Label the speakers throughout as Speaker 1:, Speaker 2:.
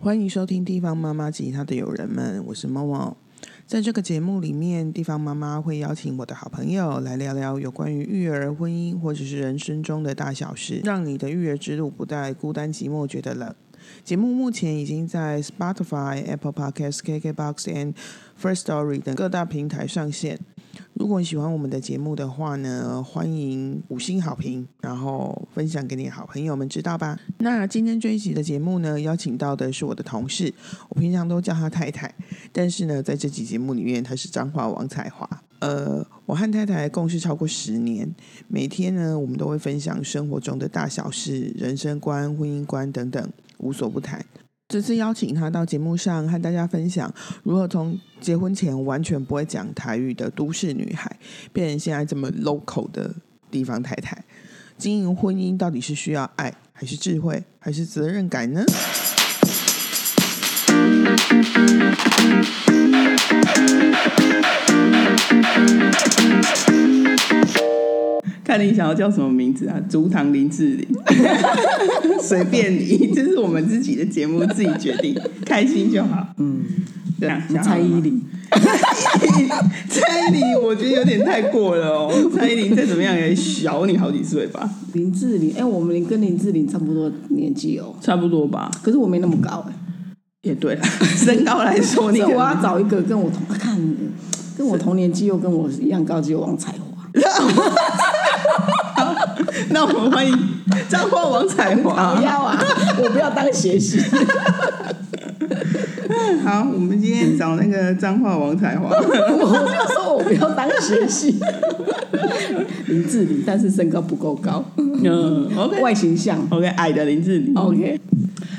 Speaker 1: 欢迎收听《地方妈妈及她的友人们》，我是猫猫。在这个节目里面，地方妈妈会邀请我的好朋友来聊聊有关于育儿、婚姻或者是人生中的大小事，让你的育儿之路不再孤单寂寞，觉得冷。节目目前已经在 Spotify、Apple Podcasts、KKBox and First Story 等各大平台上线。如果你喜欢我们的节目的话呢，欢迎五星好评，然后分享给你的好朋友们知道吧。那今天这一集的节目呢，邀请到的是我的同事，我平常都叫她太太，但是呢，在这期节目里面，她是彰化王彩华。呃，我和太太共事超过十年，每天呢，我们都会分享生活中的大小事、人生观、婚姻观等等，无所不谈。这次邀请她到节目上和大家分享如何从结婚前完全不会讲台语的都市女孩，变成现在这么 local 的地方太太。经营婚姻到底是需要爱，还是智慧，还是责任感呢？
Speaker 2: 看你想要叫什么名字啊？竹堂林志 玲，随便你，这是我们自己的节目，自己决定，开心就好。嗯，对啊，想好
Speaker 3: 蔡
Speaker 2: 了
Speaker 3: 依
Speaker 2: 吗，
Speaker 3: 林，
Speaker 2: 蔡依林，我觉得有点太过了 哦。蔡依林再怎么样也小你好几岁吧，
Speaker 3: 林志玲，哎、我们跟林志玲差不多年纪哦，
Speaker 2: 差不多吧。
Speaker 3: 可是我没那么高哎、
Speaker 2: 也对了， 身高来说，你
Speaker 3: 所以
Speaker 2: 可
Speaker 3: 我要
Speaker 2: 能
Speaker 3: 找一个跟我同啊看，跟我同年纪又跟我一样高，只有王彩华。
Speaker 2: 那我们欢迎彰化王彩华
Speaker 3: 不。要啊， 我不要当学习。
Speaker 2: 好，我们今天找那个彰化王彩华。
Speaker 3: 我就说我不要当学习。林志玲，但是身高不够高，
Speaker 2: 嗯，OK
Speaker 3: 外形像
Speaker 2: OK，矮的林志玲。
Speaker 3: OK。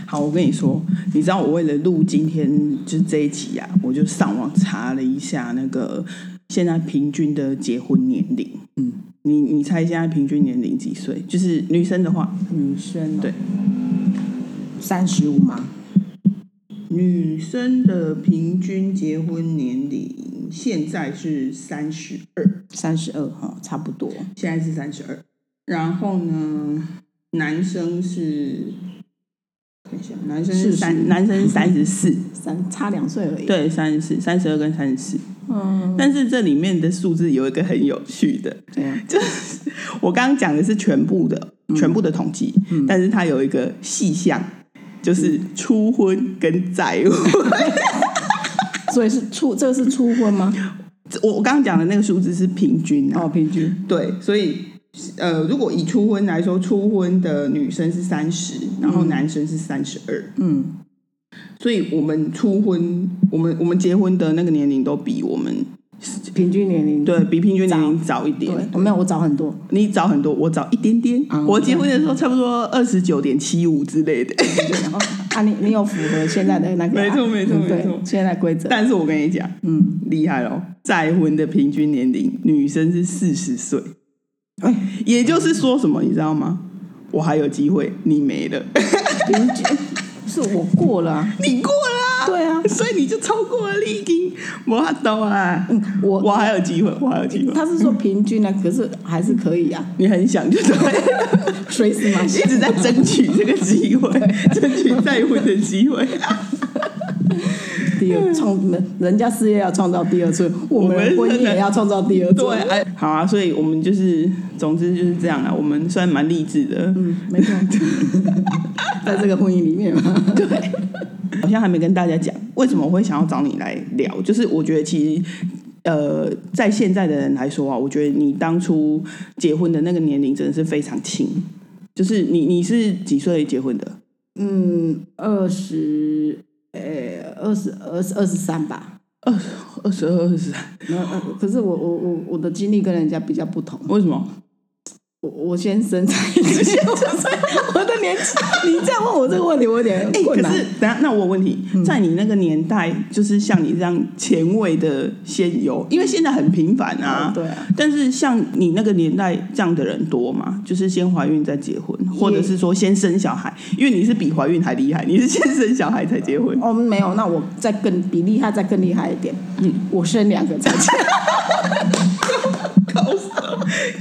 Speaker 2: 好，我跟你说，你知道我为了录今天就是这一集啊，我就上网查了一下那个现在平均的结婚年龄。嗯，你你猜现在平均年龄几岁？就是女生的话，
Speaker 3: 女生、哦
Speaker 2: 对，
Speaker 3: 三十五吗？
Speaker 2: 女生的平均结婚年龄现在是三十二，
Speaker 3: 三十二哈，差不多。
Speaker 2: 现在是三十二。然后呢，男生是，等一下，男生是
Speaker 3: 40
Speaker 2: 三，男生是三十四，
Speaker 3: 三差两岁而已。，
Speaker 2: 对，三十四，三十二跟三十四。
Speaker 3: 嗯，
Speaker 2: 但是这里面的数字有一个很有趣的，
Speaker 3: 对啊，
Speaker 2: 就是 我刚刚讲的是全部的、全部的统计，但是它有一个细项，就是初婚跟再婚。
Speaker 3: 所以是初，这个是初婚吗？
Speaker 2: 我我刚刚讲的那个数字是平均啊，
Speaker 3: 哦，平均
Speaker 2: 对，所以呃，如果以初婚来说，初婚的女生是三十，然后男生是三十二，
Speaker 3: 嗯，
Speaker 2: 所以我们初婚，我们我们结婚的那个年龄都比我们
Speaker 3: 平均年龄
Speaker 2: 对比平均年龄早一点，
Speaker 3: 对，哦我没有，我早很多，
Speaker 2: 你早很多，我早一点点。
Speaker 3: 嗯
Speaker 2: 我结婚的时候差不多二十九点七五之类的。
Speaker 3: 然后啊，你你有符合现在的那个啊，
Speaker 2: 没错没错
Speaker 3: 嗯对
Speaker 2: 没错
Speaker 3: 现在规则，
Speaker 2: 但是我跟你讲，
Speaker 3: 嗯，
Speaker 2: 厉害咯，再婚的平均年龄，女生是四十岁。
Speaker 3: 哎
Speaker 2: 也就是说什么，你知道吗？我还有机会，你没了，
Speaker 3: 平均是我过了啊，
Speaker 2: 你过了、啊，
Speaker 3: 对啊，
Speaker 2: 所以你就超过了丽晶，我懂啊，
Speaker 3: 嗯，我
Speaker 2: 我还有机会，我还有机会，
Speaker 3: 他是说平均啊，可是还是可以啊，
Speaker 2: 你很想就对了，
Speaker 3: 随时嘛，
Speaker 2: 一直在争取这个机会， 争取再婚的机会。
Speaker 3: 第二创人家事业要创造第二春，我
Speaker 2: 我们
Speaker 3: 们婚姻也要创造第二
Speaker 2: 对，
Speaker 3: 春，
Speaker 2: 哎，好啊，所以我们就是，总之就是这样啊。我们算蛮励志的，
Speaker 3: 嗯，没 错，在这个婚姻里面嘛，对，
Speaker 2: 好像还没跟大家讲为什么我会想要找你来聊。就是我觉得其实，呃，在现在的人来说啊，我觉得你当初结婚的那个年龄真的是非常轻。就是你你是几岁结婚的？
Speaker 3: 嗯，二十，呃，二十二十二十三吧，
Speaker 2: 二二十二、二十三？
Speaker 3: 那呃可是我我我我的经历跟人家比较不同，
Speaker 2: 为什么？
Speaker 3: 我我先生才 我的年纪，你这样问我这个问题，我有点
Speaker 2: 哎、
Speaker 3: 困
Speaker 2: 可
Speaker 3: 难。
Speaker 2: 是嗯等下，那我有问题，在你那个年代，就是像你这样前卫的仙游，因为现在很频繁啊，
Speaker 3: 对啊，
Speaker 2: 但是像你那个年代这样的人多吗？就是先怀孕再结婚，或者是说先生小孩？因为你是比怀孕还厉害，你是先生小孩才结婚。
Speaker 3: 哦，没有，那我再更比厉害，再更厉害一 点。嗯，我生两个才
Speaker 2: 高手，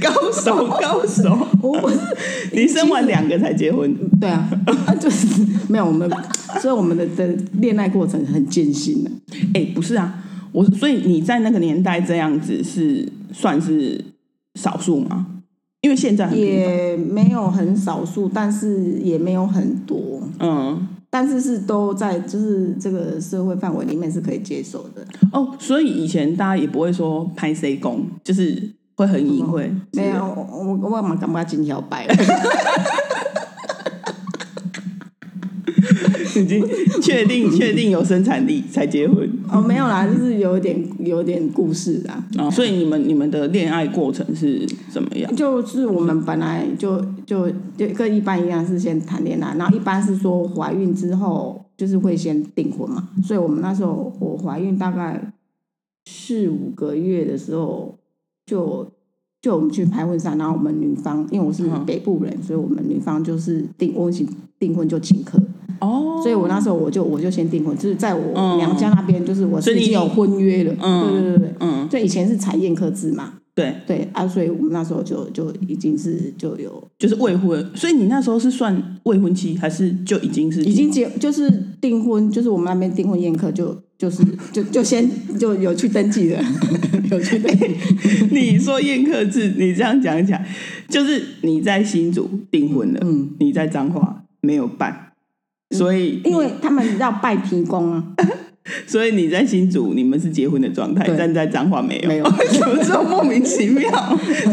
Speaker 2: 高手，手高手，
Speaker 3: 我我
Speaker 2: 你生完两个才结婚，
Speaker 3: 对啊，啊就是没有我们，所以我们的的恋爱过程很艰辛的、
Speaker 2: 哎、不是啊，我所以你在那个年代这样子是算是少数吗？因为现在很频繁
Speaker 3: 也没有很少数，但是也没有很多，
Speaker 2: 嗯。
Speaker 3: 但是是都在就是这个社会范围里面是可以接受的。
Speaker 2: 哦，所以以前大家也不会说拍 C 工，就是会很隐晦。
Speaker 3: 哦没有，我我我嘛感觉真摇摆，
Speaker 2: 已经确定确定有生产力才结婚。
Speaker 3: 哦没有啦，就是有一点有一点故事啦。
Speaker 2: 哦、所以你们你们的恋爱过程是怎么样？
Speaker 3: 就是我们本来就就就跟一般一样是先谈恋爱，然后一般是说怀孕之后就是会先订婚嘛，所以我们那时候我怀孕大概四五个月的时候就就我们去拍婚纱，然后我们女方因为我是
Speaker 2: 嗯
Speaker 3: 北部人，所以我们女方就是订我已经订婚就请客，
Speaker 2: 哦，
Speaker 3: 所以我那时候我就我就先订婚，就是在我
Speaker 2: 嗯
Speaker 3: 娘家那边就是我
Speaker 2: 所以
Speaker 3: 是
Speaker 2: 你
Speaker 3: 已经有婚约了，
Speaker 2: 嗯
Speaker 3: 对对对对，
Speaker 2: 嗯，
Speaker 3: 所以以前是采宴客制嘛。
Speaker 2: 对，
Speaker 3: 对啊，所以我们那时候就就已经是就有
Speaker 2: 就是未婚，所以你那时候是算未婚妻，还是就已经是
Speaker 3: 已经结就是订婚，就是我们那边订婚宴客就就是就就先就有去登记了， 有去登记。
Speaker 2: 你说宴客制，你这样讲讲，就是你在新竹订婚了，
Speaker 3: 嗯，
Speaker 2: 你在彰化没有办，所以
Speaker 3: 因为他们要拜皮公啊，
Speaker 2: 所以你在新竹你们是结婚的状态，
Speaker 3: 对
Speaker 2: 但在彰化没有，
Speaker 3: 没有
Speaker 2: 怎么这么莫名其妙？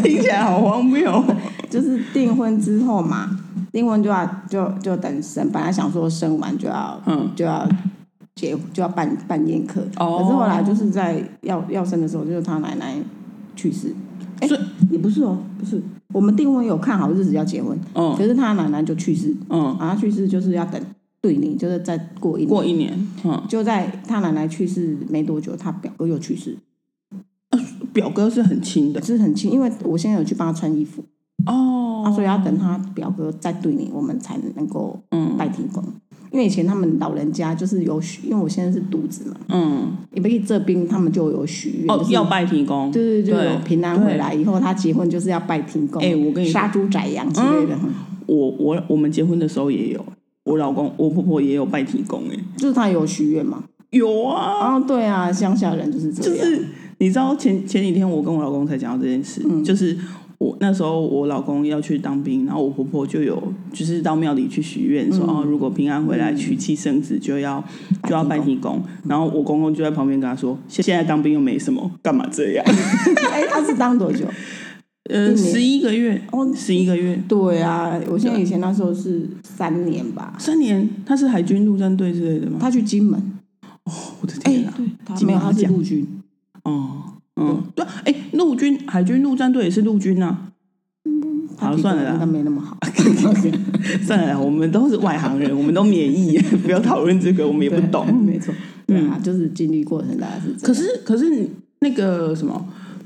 Speaker 2: 听起来好荒谬哦。
Speaker 3: 就是订婚之后嘛，订婚就要就就等生，本来想说生完就要
Speaker 2: 嗯，
Speaker 3: 就要结就要办办宴客，
Speaker 2: 哦
Speaker 3: 可是后来就是在要要生的时候，就是他奶奶去世，哎、
Speaker 2: 所以
Speaker 3: 也不是哦，不是，我们订婚有看好日子要结婚，
Speaker 2: 嗯
Speaker 3: 可是他奶奶就去世，
Speaker 2: 嗯，
Speaker 3: 然后去世就是要等对你，就是再过一年，
Speaker 2: 过一年，嗯，
Speaker 3: 就在他奶奶去世没多久，他表哥又去世，
Speaker 2: 表哥是很亲的
Speaker 3: 是很亲，因为我现在有去帮他穿衣服，
Speaker 2: 哦
Speaker 3: 啊，所以要等他表哥再对你，我们才能够
Speaker 2: 嗯
Speaker 3: 拜天公。因为以前他们老人家就是有许，因为我现在是独子嘛，
Speaker 2: 嗯，
Speaker 3: 也不去这边他们就有许愿，
Speaker 2: 哦
Speaker 3: 就，是
Speaker 2: 要拜提公，
Speaker 3: 对对对，
Speaker 2: 对
Speaker 3: 有平安回来以后，他结婚就是要拜天公，
Speaker 2: 哎我嗯跟你说
Speaker 3: 杀猪宰羊之类的，
Speaker 2: 我我我们结婚的时候也有，我老公我婆婆也有拜提公，哎，
Speaker 3: 就是他有许愿嘛。
Speaker 2: 有啊，
Speaker 3: 然后对啊，乡下人就是这
Speaker 2: 就
Speaker 3: 样，嗯
Speaker 2: 是你知道前前几天我跟我老公才讲到这件事，就是我那时候我老公要去当兵，然后我婆婆就有就是到庙里去许愿，说、
Speaker 3: 嗯
Speaker 2: 哦如果平安回来娶妻生子就要就要拜地公，
Speaker 3: 嗯
Speaker 2: 然后我公公就在旁边跟他说，现现在当兵又没什么，干嘛 这样？
Speaker 3: 哎、他是当多久？
Speaker 2: 呃，十一个月，
Speaker 3: 哦
Speaker 2: 十一个月，
Speaker 3: 对啊，我现在以前那时候是三年吧，
Speaker 2: 三年，他是海军陆战队之类的吗？
Speaker 3: 他去金门，
Speaker 2: 我的
Speaker 3: 哎
Speaker 2: 天、啊！
Speaker 3: 对，他
Speaker 2: 金
Speaker 3: 没
Speaker 2: 门
Speaker 3: 有，他
Speaker 2: 好
Speaker 3: 是
Speaker 2: 像
Speaker 3: 陆军，
Speaker 2: 哦，嗯，对啊，哎，陆军海军陆战队也是陆军啊。好
Speaker 3: 他体格
Speaker 2: 算了啦
Speaker 3: 应该没那么好。
Speaker 2: 算了，我们都是外行人，我们都免疫， 不要讨论这个，我 们也不
Speaker 3: 对
Speaker 2: 懂。 嗯
Speaker 3: 没错，对啊，就是经历过程大概是这样。
Speaker 2: 可是，可是你那个什么，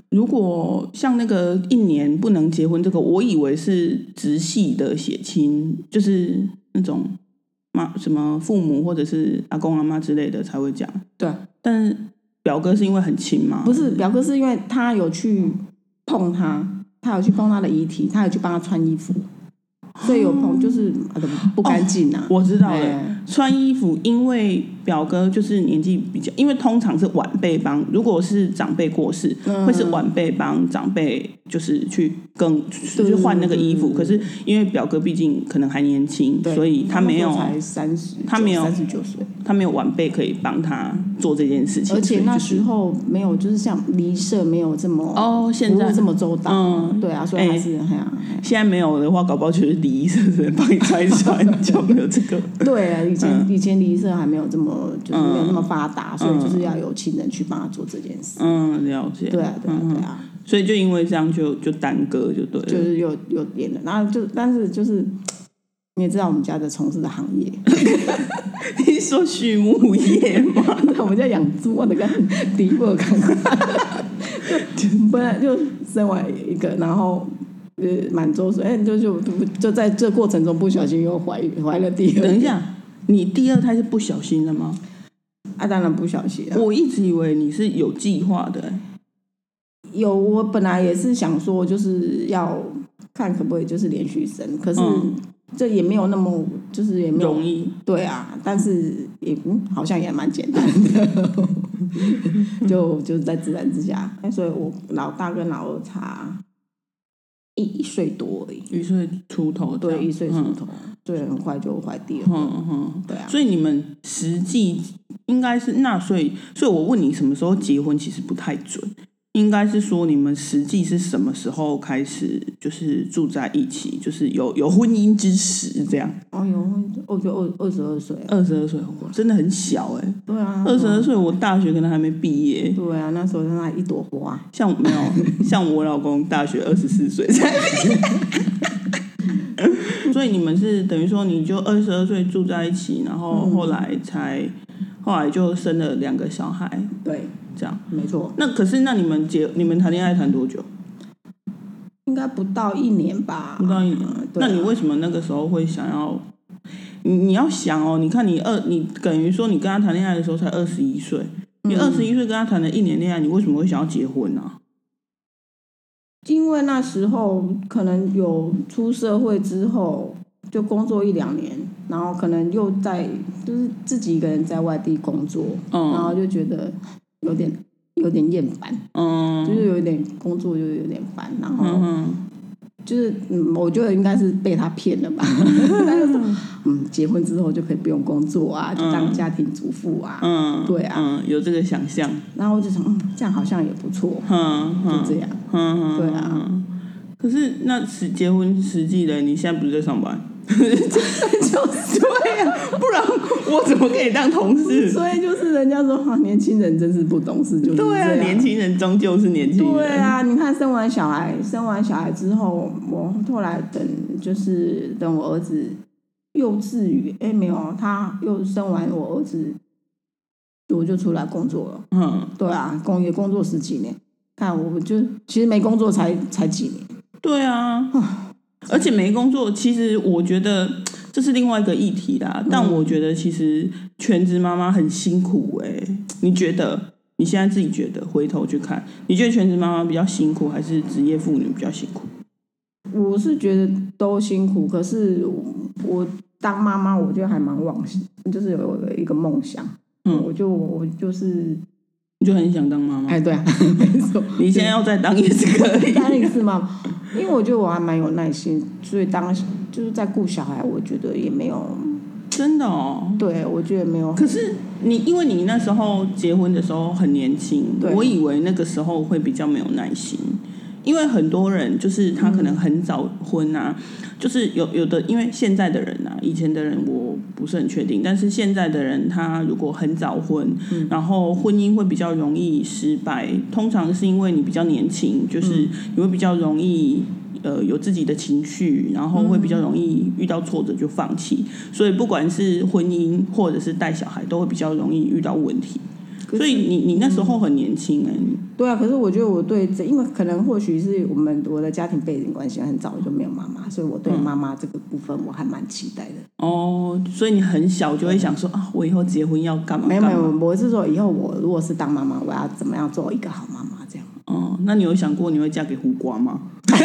Speaker 2: 如果像那个一年不能结婚这个，我以为是直系的血亲，就是那种妈什么父母或者是阿公阿妈之类的才会讲，
Speaker 3: 对啊，
Speaker 2: 但是表哥是因为很亲嘛，
Speaker 3: 不是表哥是因为他有去碰他，他有去碰他的遗体，他有去帮他穿衣服，所以有碰就是呃不干净啊。
Speaker 2: 哦我知道了。
Speaker 3: 哎
Speaker 2: 穿衣服，因为表哥就是年纪比较，因为通常是晚辈帮，如果是长辈过世，
Speaker 3: 嗯
Speaker 2: 会是晚辈帮长辈就是去更
Speaker 3: 对
Speaker 2: 去换那个衣服。可是因为表哥毕竟可能还年轻，
Speaker 3: 对
Speaker 2: 所以他没有
Speaker 3: 那时候才三十，
Speaker 2: 他没有
Speaker 3: 三十九岁，
Speaker 2: 他没有晚辈可以帮他做这件事情，
Speaker 3: 而且那
Speaker 2: 所以
Speaker 3: 时候没有，就是像离社没有这么
Speaker 2: 哦现在
Speaker 3: 服务这么周到，
Speaker 2: 嗯
Speaker 3: 对啊，所以还是很啊，嘿啊
Speaker 2: 就是现在没有的话，搞不好就是礼仪社的人帮你拆穿，就没有这 个。
Speaker 3: 对啊，以前以前离社还没有这么就是没有那么发达，所以
Speaker 2: 嗯
Speaker 3: 就是要有亲人去帮他做这件事，
Speaker 2: 嗯，了解。
Speaker 3: 对啊，对啊，对啊，
Speaker 2: 所以就因为这样就就耽搁就对了。
Speaker 3: 就是有有点的，然后就但是就是。你也知道我们家的从事的行业，
Speaker 2: 你说畜牧业吗？
Speaker 3: 我们家养猪，啊我的个 第一个看看， 就本来就生完一个，然后呃满周岁，哎、就就就就在这过程中不小心又怀怀了第二个，
Speaker 2: 等一下，你第二胎是不小心的吗？
Speaker 3: 啊，当然不小心啊。
Speaker 2: 我一直以为你是有计划的、欸
Speaker 3: 有，我本来也是想说，就是要看可不可以就是连续生，可是
Speaker 2: 嗯
Speaker 3: 这也没有那么就是也没有
Speaker 2: 容易，
Speaker 3: 对啊，但是也、嗯、好像也蛮简单的， 就就是在自然之下。所以我老大跟老二差一一岁多而已，
Speaker 2: 一岁出头这样，
Speaker 3: 对，一岁出
Speaker 2: 嗯
Speaker 3: 头，所以很快就怀第二，
Speaker 2: 嗯嗯，
Speaker 3: 对啊。
Speaker 2: 所以你们实际应该是那，所以所以我问你什么时候结婚，其实不太准，应该是说你们实际是什么时候开始就是住在一起，就是有 有婚姻之实这样。
Speaker 3: 哦哟，我就二二十二岁啊，
Speaker 2: 二十二岁真的很小哎、
Speaker 3: 对啊，
Speaker 2: 二十二
Speaker 3: 嗯，
Speaker 2: 岁我大学可能还没毕业，
Speaker 3: 对啊，那时候那一朵花，
Speaker 2: 像没 有像我老公大学二十四岁才毕 业。所以你们是等于说你就二十二岁住在一起，然后
Speaker 3: 嗯
Speaker 2: 后来才、后来就生了两个小孩，
Speaker 3: 对，
Speaker 2: 这样。
Speaker 3: 没错，
Speaker 2: 那可是那你们结你们谈恋爱谈多久？
Speaker 3: 应该不到一年吧，
Speaker 2: 不到一年
Speaker 3: 嗯对
Speaker 2: 那
Speaker 3: 啊
Speaker 2: 你为什么那个时候会想要？你你要想哦，你看你二你等于说你跟他谈恋爱的时候才二十一岁，
Speaker 3: 嗯
Speaker 2: 你二十一岁跟他谈了一年恋爱，你为什么会想要结婚啊呢、
Speaker 3: 因为那时候可能有出社会之后，就工作一两年，然后可能又在就是自己一个人在外地工作，
Speaker 2: 嗯
Speaker 3: 然后就觉得有点有点厌烦，
Speaker 2: 嗯，
Speaker 3: 就是有点工作就有点烦，然后
Speaker 2: 嗯
Speaker 3: 就是嗯，我觉得应该是被他骗了 吧。他就说，嗯，结婚之后就可以不用工作啊，就当家庭主妇啊。
Speaker 2: 嗯，
Speaker 3: 对啊
Speaker 2: 嗯，有这个想象，
Speaker 3: 然后我就想，嗯，这样好像也不错，
Speaker 2: 嗯
Speaker 3: 就
Speaker 2: 嗯
Speaker 3: 这样。
Speaker 2: 嗯，
Speaker 3: 对啊
Speaker 2: 嗯。可是那实结婚实际的，你现在不是在上班？
Speaker 3: 就是对啊，
Speaker 2: 不然我怎么可以当同事？
Speaker 3: 所以 就是人家说，哈、年轻人真是不懂事，就是
Speaker 2: 对啊，
Speaker 3: 这样
Speaker 2: 年。轻人终究是年轻人。
Speaker 3: 对啊，你看生完小孩，生完小孩之后，我后来等就是等我儿子幼稚园，哎，没有，他又生完我儿子，我就出来工作了。
Speaker 2: 嗯，
Speaker 3: 对啊，工也工作十几年，看我就其实没工作才才几年，
Speaker 2: 对啊，而且没工作，其实我觉得这是另外一个议题
Speaker 3: 嗯
Speaker 2: 啦。但我觉得其实全职妈妈很辛苦哎、你觉得？你现在自己觉得，回头去看，你觉得全职妈妈比较辛苦，还是职业妇女比较辛苦？
Speaker 3: 我是觉得都辛苦，可是我我当妈妈，我觉得还蛮妄想，就是有有一个梦想，
Speaker 2: 嗯
Speaker 3: 我就我就是，
Speaker 2: 你就很想当妈妈？
Speaker 3: 哎，对啊， 没错，
Speaker 2: 你现在要再当也是可以。
Speaker 3: 当一次妈妈，因为我觉得我还蛮有耐心，所以当就是在顾小孩，我觉得也没有，
Speaker 2: 真的哦。
Speaker 3: 对我觉得没有，
Speaker 2: 可是你因为你那时候结婚的时候很年轻，
Speaker 3: 对
Speaker 2: 我以为那个时候会比较没有耐心，因为很多人就是他可能很早婚啊，就是有有的因为现在的人啊，以前的人我不是很确定，但是现在的人他如果很早婚，然后婚姻会比较容易失败，通常是因为你比较年轻，就是你会比较容易。呃，有自己的情绪，然后会比较容易遇到挫折就放弃，所以不管是婚姻或者是带小孩，都会比较容易遇到问题。
Speaker 3: 可是
Speaker 2: 所以你你那时候很年轻哎、
Speaker 3: 对啊，可是我觉得我对这，因为可能或许是我们我的家庭背景关系，很早就没有妈妈，所以我
Speaker 2: 嗯
Speaker 3: 对妈妈这个部分我还蛮期待的。
Speaker 2: 哦，所以你很小就会想说啊，我以后结婚要干嘛？
Speaker 3: 没有
Speaker 2: 干
Speaker 3: 没
Speaker 2: 嘛
Speaker 3: 有，我是说以后我如果是当妈妈，我要怎么样做一个好妈妈 这样？
Speaker 2: 哦，那你有想过你会嫁给胡瓜吗？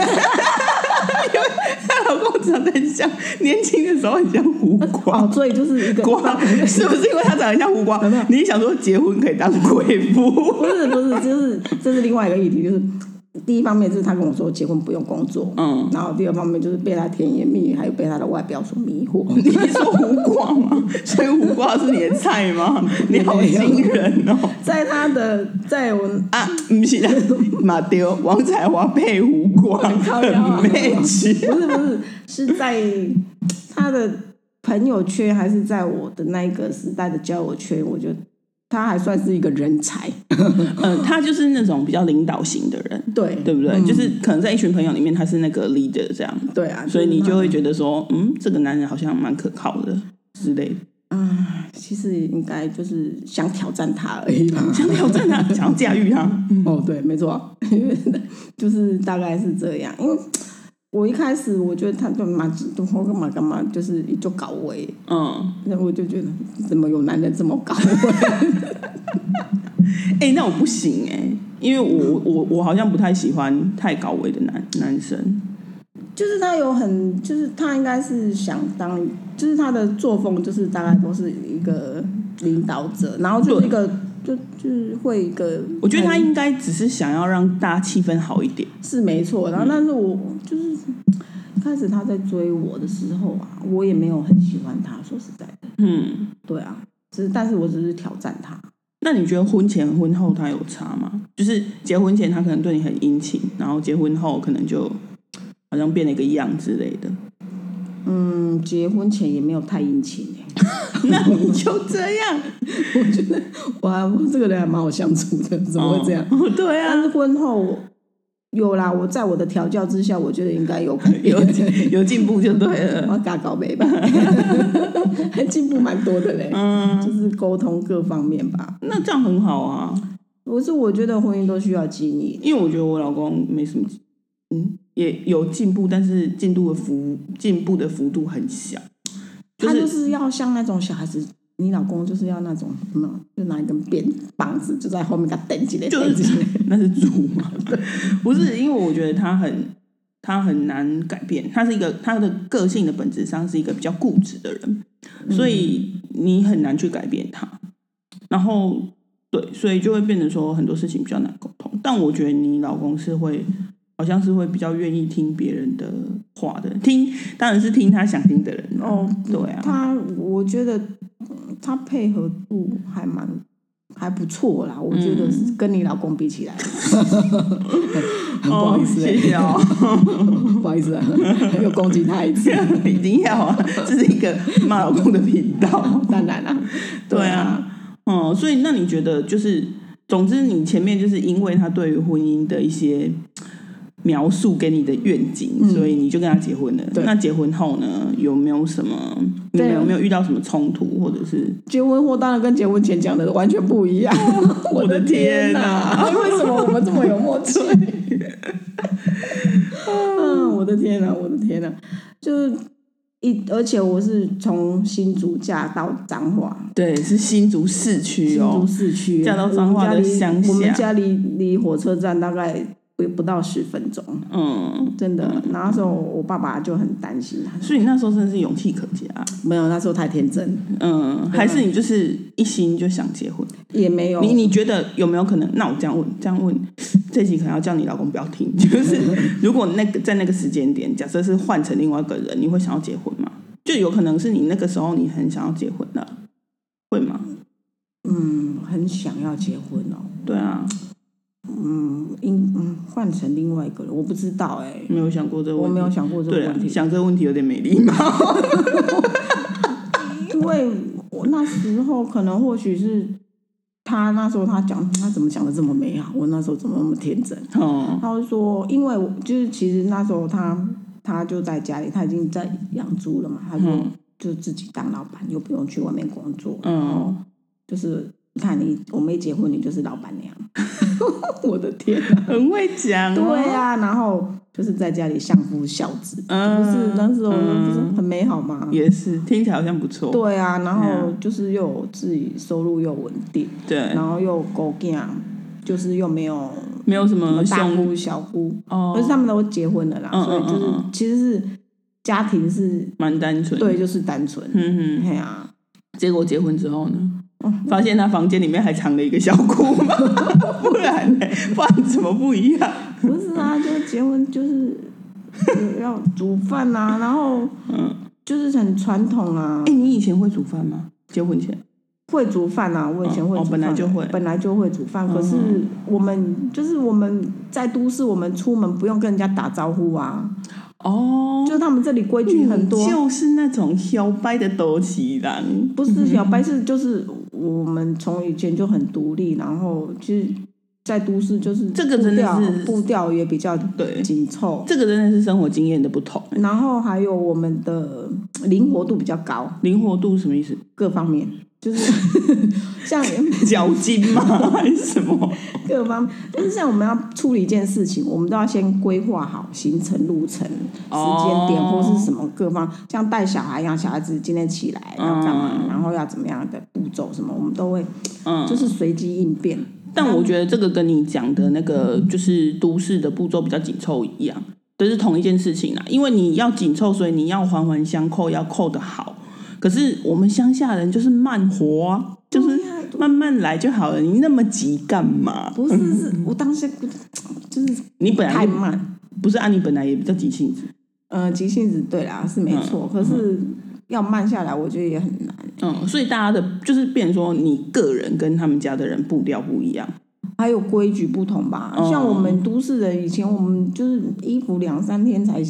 Speaker 2: 因为她老公长得很像，年轻的时候很像胡 瓜。
Speaker 3: 哦，所以就是一个
Speaker 2: 瓜是不是因为他长得像胡瓜？你想说结婚可以当贵妇？
Speaker 3: 不是不是，就是这是另外一个议题，就是第一方面就是他跟我说结婚不用工作，
Speaker 2: 嗯，
Speaker 3: 然后第二方面就是被他甜言蜜语，还有被他的外表所迷惑。
Speaker 2: 你说胡瓜吗？ 所以胡瓜是你的菜吗？你好惊人哦！
Speaker 3: 在他的，在我
Speaker 2: 啊，不是 啦，马丢王彩华配胡瓜，
Speaker 3: 靠腰啊
Speaker 2: 很 match。
Speaker 3: 不是不是，是在他的朋友圈，还是在我的那一个时代的交友圈？我觉得他还算是一个 人才，
Speaker 2: 嗯，他就是那种比较领导型的人，
Speaker 3: 对
Speaker 2: 对不对？就是可能在一群朋友里面，他是那个 leader 这样，
Speaker 3: 对啊，
Speaker 2: 所以你就
Speaker 3: 会
Speaker 2: 会觉得说，嗯，这个男人好像蛮可靠的之类 的，
Speaker 3: 啊，其实应该就是想挑战他而已啦。
Speaker 2: 想挑战 他，啊想要驾驭他。
Speaker 3: 哦，对，没错，因为就是大概是这样，因为。我一开始我觉得他就嘛，就干嘛干嘛，就是就搞我欸耶，
Speaker 2: 嗯，
Speaker 3: 那我就觉得怎么有男人这么搞我？
Speaker 2: 哎、那我不行哎、因为我我我好像不太喜欢太高维的男男生，
Speaker 3: 就是他有很，就是他应该是想当，就是他的作风就是大概都是一个领导者，然后就是一个就就是会一个，
Speaker 2: 我觉得他应该只是想要让大家气氛好一点。
Speaker 3: 是没
Speaker 2: 嗯
Speaker 3: 错，然后但是我就是一开始他在追我的时候啊，我也没有很喜欢他，说实在的，
Speaker 2: 嗯，
Speaker 3: 对啊，只是但是我只是挑战他，
Speaker 2: 那你觉得婚前婚后他有差吗？就是结婚前他可能对你很殷勤，然后结婚后可能就好像变了一个样之类的。
Speaker 3: 嗯，结婚前也没有太殷勤、欸，
Speaker 2: 那你就这样，
Speaker 3: 我觉得哇，我这个人还蛮好相处的，怎么会这样？
Speaker 2: 哦？对
Speaker 3: 但
Speaker 2: 啊，
Speaker 3: 是婚后有啦，我在我的调教之下，我觉得应该有改 变
Speaker 2: 有有进步就对了。
Speaker 3: 我嘎搞没吧，还进步蛮多的嘞，
Speaker 2: 嗯，
Speaker 3: 就是沟通各方面吧。
Speaker 2: 那这样很好啊，
Speaker 3: 我是我觉得婚姻都需要经营，
Speaker 2: 因为我觉得我老公没什么，嗯，也有进步，但是进度的幅进步的幅度很小，就
Speaker 3: 他
Speaker 2: 是
Speaker 3: 就是要像那种小孩子。你老公就是要那种，有没有就拿一根鞭棒子，就在后面给他蹬起来，
Speaker 2: 就
Speaker 3: 蹬
Speaker 2: 是
Speaker 3: 起来。
Speaker 2: 那是猪嘛？ 不是，因为我觉得他很他很难改变，他是一个他的个性的本质上是一个比较固执的人，所以你很难去改变他。然后对，所以就会变成说很多事情比较难沟通。但我觉得你老公是会。好像是会比较愿意听别人的话的，听当然是听他想听的人啊
Speaker 3: 哦
Speaker 2: 对啊，
Speaker 3: 他我觉得嗯他配合度还蛮还不错啦，我觉得是跟你老公比起来，很嗯 不好意思、
Speaker 2: 哦谢谢哦，
Speaker 3: 不好意思、啊， 又攻击他一次，
Speaker 2: 一定要啊，这是一个骂老公的频道。
Speaker 3: 当然啦、
Speaker 2: 对，啊，哦、所以那你觉得就是，总之你前面就是因为他对于婚姻的一些描述给你的愿景，
Speaker 3: 嗯
Speaker 2: 所以你就跟他结婚了。
Speaker 3: 对
Speaker 2: 那结婚后呢，有没有什么？你
Speaker 3: 对
Speaker 2: 们
Speaker 3: 啊
Speaker 2: 有没有遇到什么冲突，或者是
Speaker 3: 结婚后当然跟结婚前讲的完全不一样，
Speaker 2: 我的天
Speaker 3: 哪、
Speaker 2: 哪
Speaker 3: 为什么我们这么有默 契？嗯，我的天哪、我的天哪、就是一，而且我是从新竹嫁到彰化，
Speaker 2: 对是新竹市区
Speaker 3: 新竹
Speaker 2: 哦？
Speaker 3: 市区，
Speaker 2: 嫁到彰化的乡下
Speaker 3: 我们家离我们家离离火车站大概不不到十分钟，
Speaker 2: 嗯，
Speaker 3: 真的。那时候我爸爸就很担心，他说
Speaker 2: 所以你那时候真的是勇气可嘉，
Speaker 3: 没有，那时候太天真，啊
Speaker 2: 嗯，还是你就是一心就想结婚？
Speaker 3: 也没有。
Speaker 2: 你你觉得有没有可能？那我这样问，这样问，这集可能要叫你老公不要听。就是如果那个在那个时间点，假设是换成另外一个人，你会想要结婚吗？就有可能是你那个时候你很想要结婚的，会吗？
Speaker 3: 嗯，很想要结婚哦。
Speaker 2: 对啊，
Speaker 3: 嗯，应嗯换成另外一个人，我不知道哎、
Speaker 2: 没有想过这个
Speaker 3: 我
Speaker 2: 问题。
Speaker 3: 没有想过这
Speaker 2: 嗯
Speaker 3: 个
Speaker 2: 对啊
Speaker 3: 问，题，
Speaker 2: 想这个问题有点没礼貌。
Speaker 3: 因为我那时候可能或许是他那时候他讲他怎么讲的这么美好，我那时候怎么那么天真？
Speaker 2: 哦，
Speaker 3: 他就说，因为我就是其实那时候他他就在家里，他已经在养猪了嘛，他就、
Speaker 2: 嗯
Speaker 3: 就自己当老板，又不用去外面工作，
Speaker 2: 嗯
Speaker 3: 然后就是你看你我们一结婚，你就是老板娘， 我的天啊、
Speaker 2: 很会讲、哦。
Speaker 3: 对啊，然后就是在家里相夫教子，
Speaker 2: 嗯，
Speaker 3: 不是那时候不是
Speaker 2: 嗯
Speaker 3: 很美好吗？
Speaker 2: 也是听起来好像不错。
Speaker 3: 对啊，然后
Speaker 2: 对
Speaker 3: 就是又有自己收入又稳定，
Speaker 2: 对，
Speaker 3: 然后又有狗囝，就是又没有
Speaker 2: 没有什么
Speaker 3: 大
Speaker 2: 凶
Speaker 3: 姑小姑，
Speaker 2: 哦，
Speaker 3: 可是他们都结婚了啦，
Speaker 2: 嗯
Speaker 3: 所以就是
Speaker 2: 嗯嗯嗯
Speaker 3: 其实是家庭是
Speaker 2: 蛮单纯。，
Speaker 3: 对，就是单纯，
Speaker 2: 嗯哼。
Speaker 3: 嘿啊，
Speaker 2: 结果结婚之后呢，发现他房间里面还藏了一个小姑嘛， 不然呢？不然怎么不一样？
Speaker 3: 不是啊，就结婚就是有要煮 饭啊，然后
Speaker 2: 嗯，
Speaker 3: 就是很传统啊
Speaker 2: 哎、，你以前会煮饭吗？结婚前，
Speaker 3: 会煮饭啊，我以前会
Speaker 2: 哦
Speaker 3: 煮
Speaker 2: 哦
Speaker 3: 饭，
Speaker 2: 本来就会
Speaker 3: 本来就会煮饭，
Speaker 2: 嗯
Speaker 3: 可是我们就是我们在都市，我们出门不用跟人家打招呼啊，
Speaker 2: 哦，
Speaker 3: 就他们这里规矩很多啊
Speaker 2: 你，就是那种小白的斗气人，
Speaker 3: 不是小
Speaker 2: 嗯
Speaker 3: 白是就是我们从以前就很独立，然后其实在都市就是
Speaker 2: 这个
Speaker 3: 步
Speaker 2: 真的
Speaker 3: 调
Speaker 2: 是
Speaker 3: 步调也比较
Speaker 2: 对，
Speaker 3: 紧凑，
Speaker 2: 这个真的是生活经验的不同，
Speaker 3: 然后还有我们的灵活度比较高，
Speaker 2: 灵活度什么意 思？
Speaker 3: 各方面就是 像
Speaker 2: 脚筋吗？还是什么？
Speaker 3: 各方面，就是像我们要处理一件事情，我们都要先规划好行程、路程、时间点
Speaker 2: 哦
Speaker 3: 或是什么各方，像带小孩一样，小孩子今天起来要干嘛，然后要怎么样的步骤什么，我们都会
Speaker 2: 嗯，
Speaker 3: 就是随机应变。嗯
Speaker 2: 但我觉得这个跟你讲的那个就是都市的步骤比较紧凑一样，都是同一件事情啦。因为你要紧凑，所以你要环环相扣，要扣的好。可是我们乡下人就是慢活、啊，就是慢慢来就好了。你那么急干嘛？
Speaker 3: 嗯不是，是我当时就是
Speaker 2: 你本来
Speaker 3: 太
Speaker 2: 就
Speaker 3: 慢，
Speaker 2: 不是啊，你本来也比较急性子。
Speaker 3: 呃，急性子对啦是没错，嗯可是要慢下来，我觉得也很难。
Speaker 2: 嗯，所以大家的就是变成说，你个人跟他们家的人步调不一样。
Speaker 3: 还有规矩不同吧。
Speaker 2: 哦
Speaker 3: 像我们都市人，以前我们就是衣服两三天才，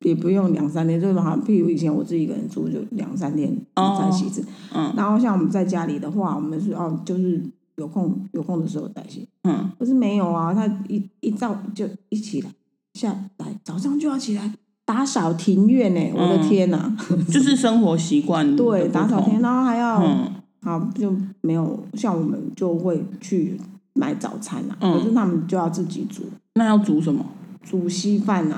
Speaker 3: 也不用两三天，就是好像譬如以前我自己一个人住，就两三天
Speaker 2: 哦
Speaker 3: 才洗一次。
Speaker 2: 嗯
Speaker 3: 然后像我们在家里的话，我们是哦，就是有空有空的时候再洗。
Speaker 2: 嗯，
Speaker 3: 可是没有啊，他一一早就一起来，下来早上就要起来打扫庭院呢、
Speaker 2: 嗯
Speaker 3: 我的天呐、
Speaker 2: 就是生活习惯的
Speaker 3: 嗯对，
Speaker 2: 不
Speaker 3: 打扫
Speaker 2: 同
Speaker 3: 庭，然后还要。
Speaker 2: 嗯
Speaker 3: 好就没有像我们就会去买早餐啦、
Speaker 2: 嗯
Speaker 3: 可是他们就要自己煮
Speaker 2: 那要煮什么？
Speaker 3: 煮稀饭啊，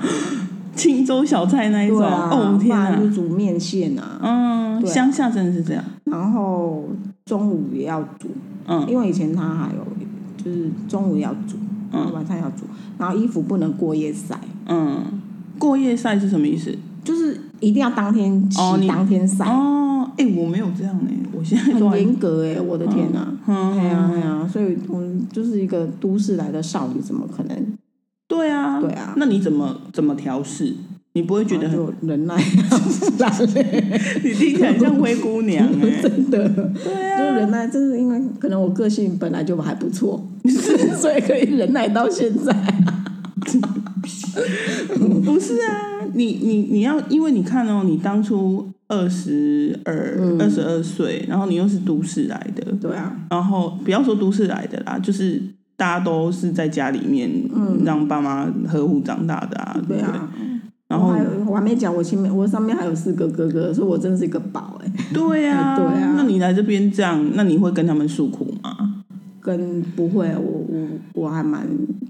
Speaker 2: 青州小菜那一种。
Speaker 3: 对啊，
Speaker 2: 嗯哦天
Speaker 3: 不然
Speaker 2: 哪！
Speaker 3: 就煮面线啊，
Speaker 2: 嗯，
Speaker 3: 对啊
Speaker 2: 乡下真的是这样。
Speaker 3: 然后中午也要煮，
Speaker 2: 嗯
Speaker 3: 因为以前他还有就是中午要煮，然后
Speaker 2: 嗯
Speaker 3: 晚上要煮，然后衣服不能过夜晒，
Speaker 2: 嗯，过夜晒是什么意思？
Speaker 3: 就是一定要当天洗、
Speaker 2: 哦你
Speaker 3: 当天晒，
Speaker 2: 哦，哎，我没有这样哎，我现在都
Speaker 3: 很
Speaker 2: 还
Speaker 3: 严格哎、我的天呐、啊！哎
Speaker 2: 嗯，
Speaker 3: 呀哎呀，所以我们就是一个都市来的少女，怎么可能？
Speaker 2: 对啊，
Speaker 3: 对啊
Speaker 2: 那你怎么怎么调试？你不会觉得
Speaker 3: 然
Speaker 2: 很？
Speaker 3: 后就忍耐懒嘞，
Speaker 2: 你听起来像灰姑 娘哎。
Speaker 3: 真的。
Speaker 2: 对
Speaker 3: 就
Speaker 2: 啊，
Speaker 3: 忍耐，这是因为可能我个性本来就还不错， 所以可以忍耐到现在。
Speaker 2: 不是啊，你你你要，因为你看哦，你当初二十二、
Speaker 3: 嗯
Speaker 2: 二十二岁，然后你又是都市来的，
Speaker 3: 对啊，
Speaker 2: 然后不要说都市来的啦，就是大家都是在家里面让爸妈呵护长大的啊，
Speaker 3: 嗯对
Speaker 2: 不对？
Speaker 3: 啊。
Speaker 2: 然后
Speaker 3: 我还有我还没讲，我前面我上面还有四个哥哥，所以我真的是一个宝哎、
Speaker 2: 对啊，
Speaker 3: 对啊
Speaker 2: 那你来这边这样，那你会跟他们诉苦吗？
Speaker 3: 跟不会，我我我还蛮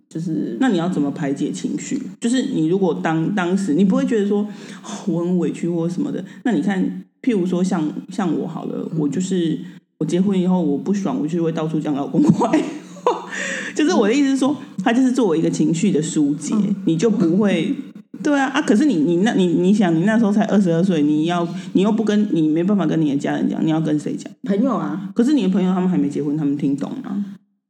Speaker 3: 就是
Speaker 2: 那你要怎么排解情绪？就是你如果当当时你不会觉得说哦我很委屈或什么的，那你看，譬如说像像我好了，
Speaker 3: 嗯
Speaker 2: 我就是我结婚以后我不爽，我就会到处讲老公坏 话。就是我的意思是说，它就是作为一个情绪的疏解，
Speaker 3: 嗯
Speaker 2: 你就不会。对啊啊！可是你你那你你想，你那时候才二十二岁，你要你又不跟你没办法跟你的家人讲，你要跟谁讲？
Speaker 3: 朋友啊，
Speaker 2: 可是你的朋友他们还没结婚，他们听懂吗？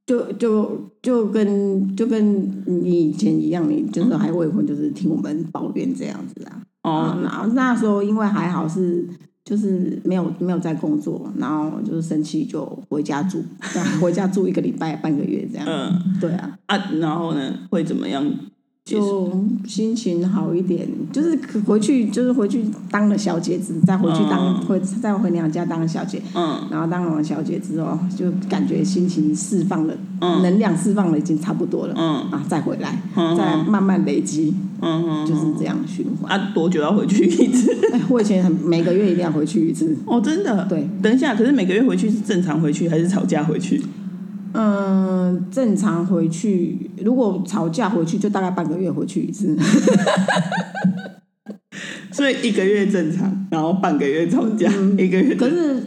Speaker 3: 就就就跟就跟你以前一样，你就是还未婚，就是听我们抱怨这样子啊。
Speaker 2: 哦
Speaker 3: 啊，，然后那时候因为还好是就是没有没有在工作，然后就是生气就回家住， 这样回家住一个礼拜半个月这样。
Speaker 2: 嗯
Speaker 3: 对啊，
Speaker 2: 啊，然后呢会怎么样？结束
Speaker 3: 就心情好一点，就是回去就是回去当了小姐子，再回去当、
Speaker 2: 嗯
Speaker 3: 回再回娘家当小姐，
Speaker 2: 嗯
Speaker 3: 然后当完小姐之后，就感觉心情释放了，
Speaker 2: 嗯
Speaker 3: 能量释放了已经差不多了。
Speaker 2: 嗯
Speaker 3: 啊，再回来，
Speaker 2: 嗯
Speaker 3: 再慢慢累积，
Speaker 2: 嗯嗯，
Speaker 3: 就是这样循环。
Speaker 2: 啊，多久要回去一次？
Speaker 3: 哎，我以前很每个月一定要回去一次，
Speaker 2: 哦，真的。
Speaker 3: 对，
Speaker 2: 等一下，可是每个月回去是正常回去还是吵架回去？
Speaker 3: 嗯，正常回去，如果吵架回去，就大概半个月回去一次。
Speaker 2: 所以一个月正常，然后半个月吵架，一个月
Speaker 3: 嗯可是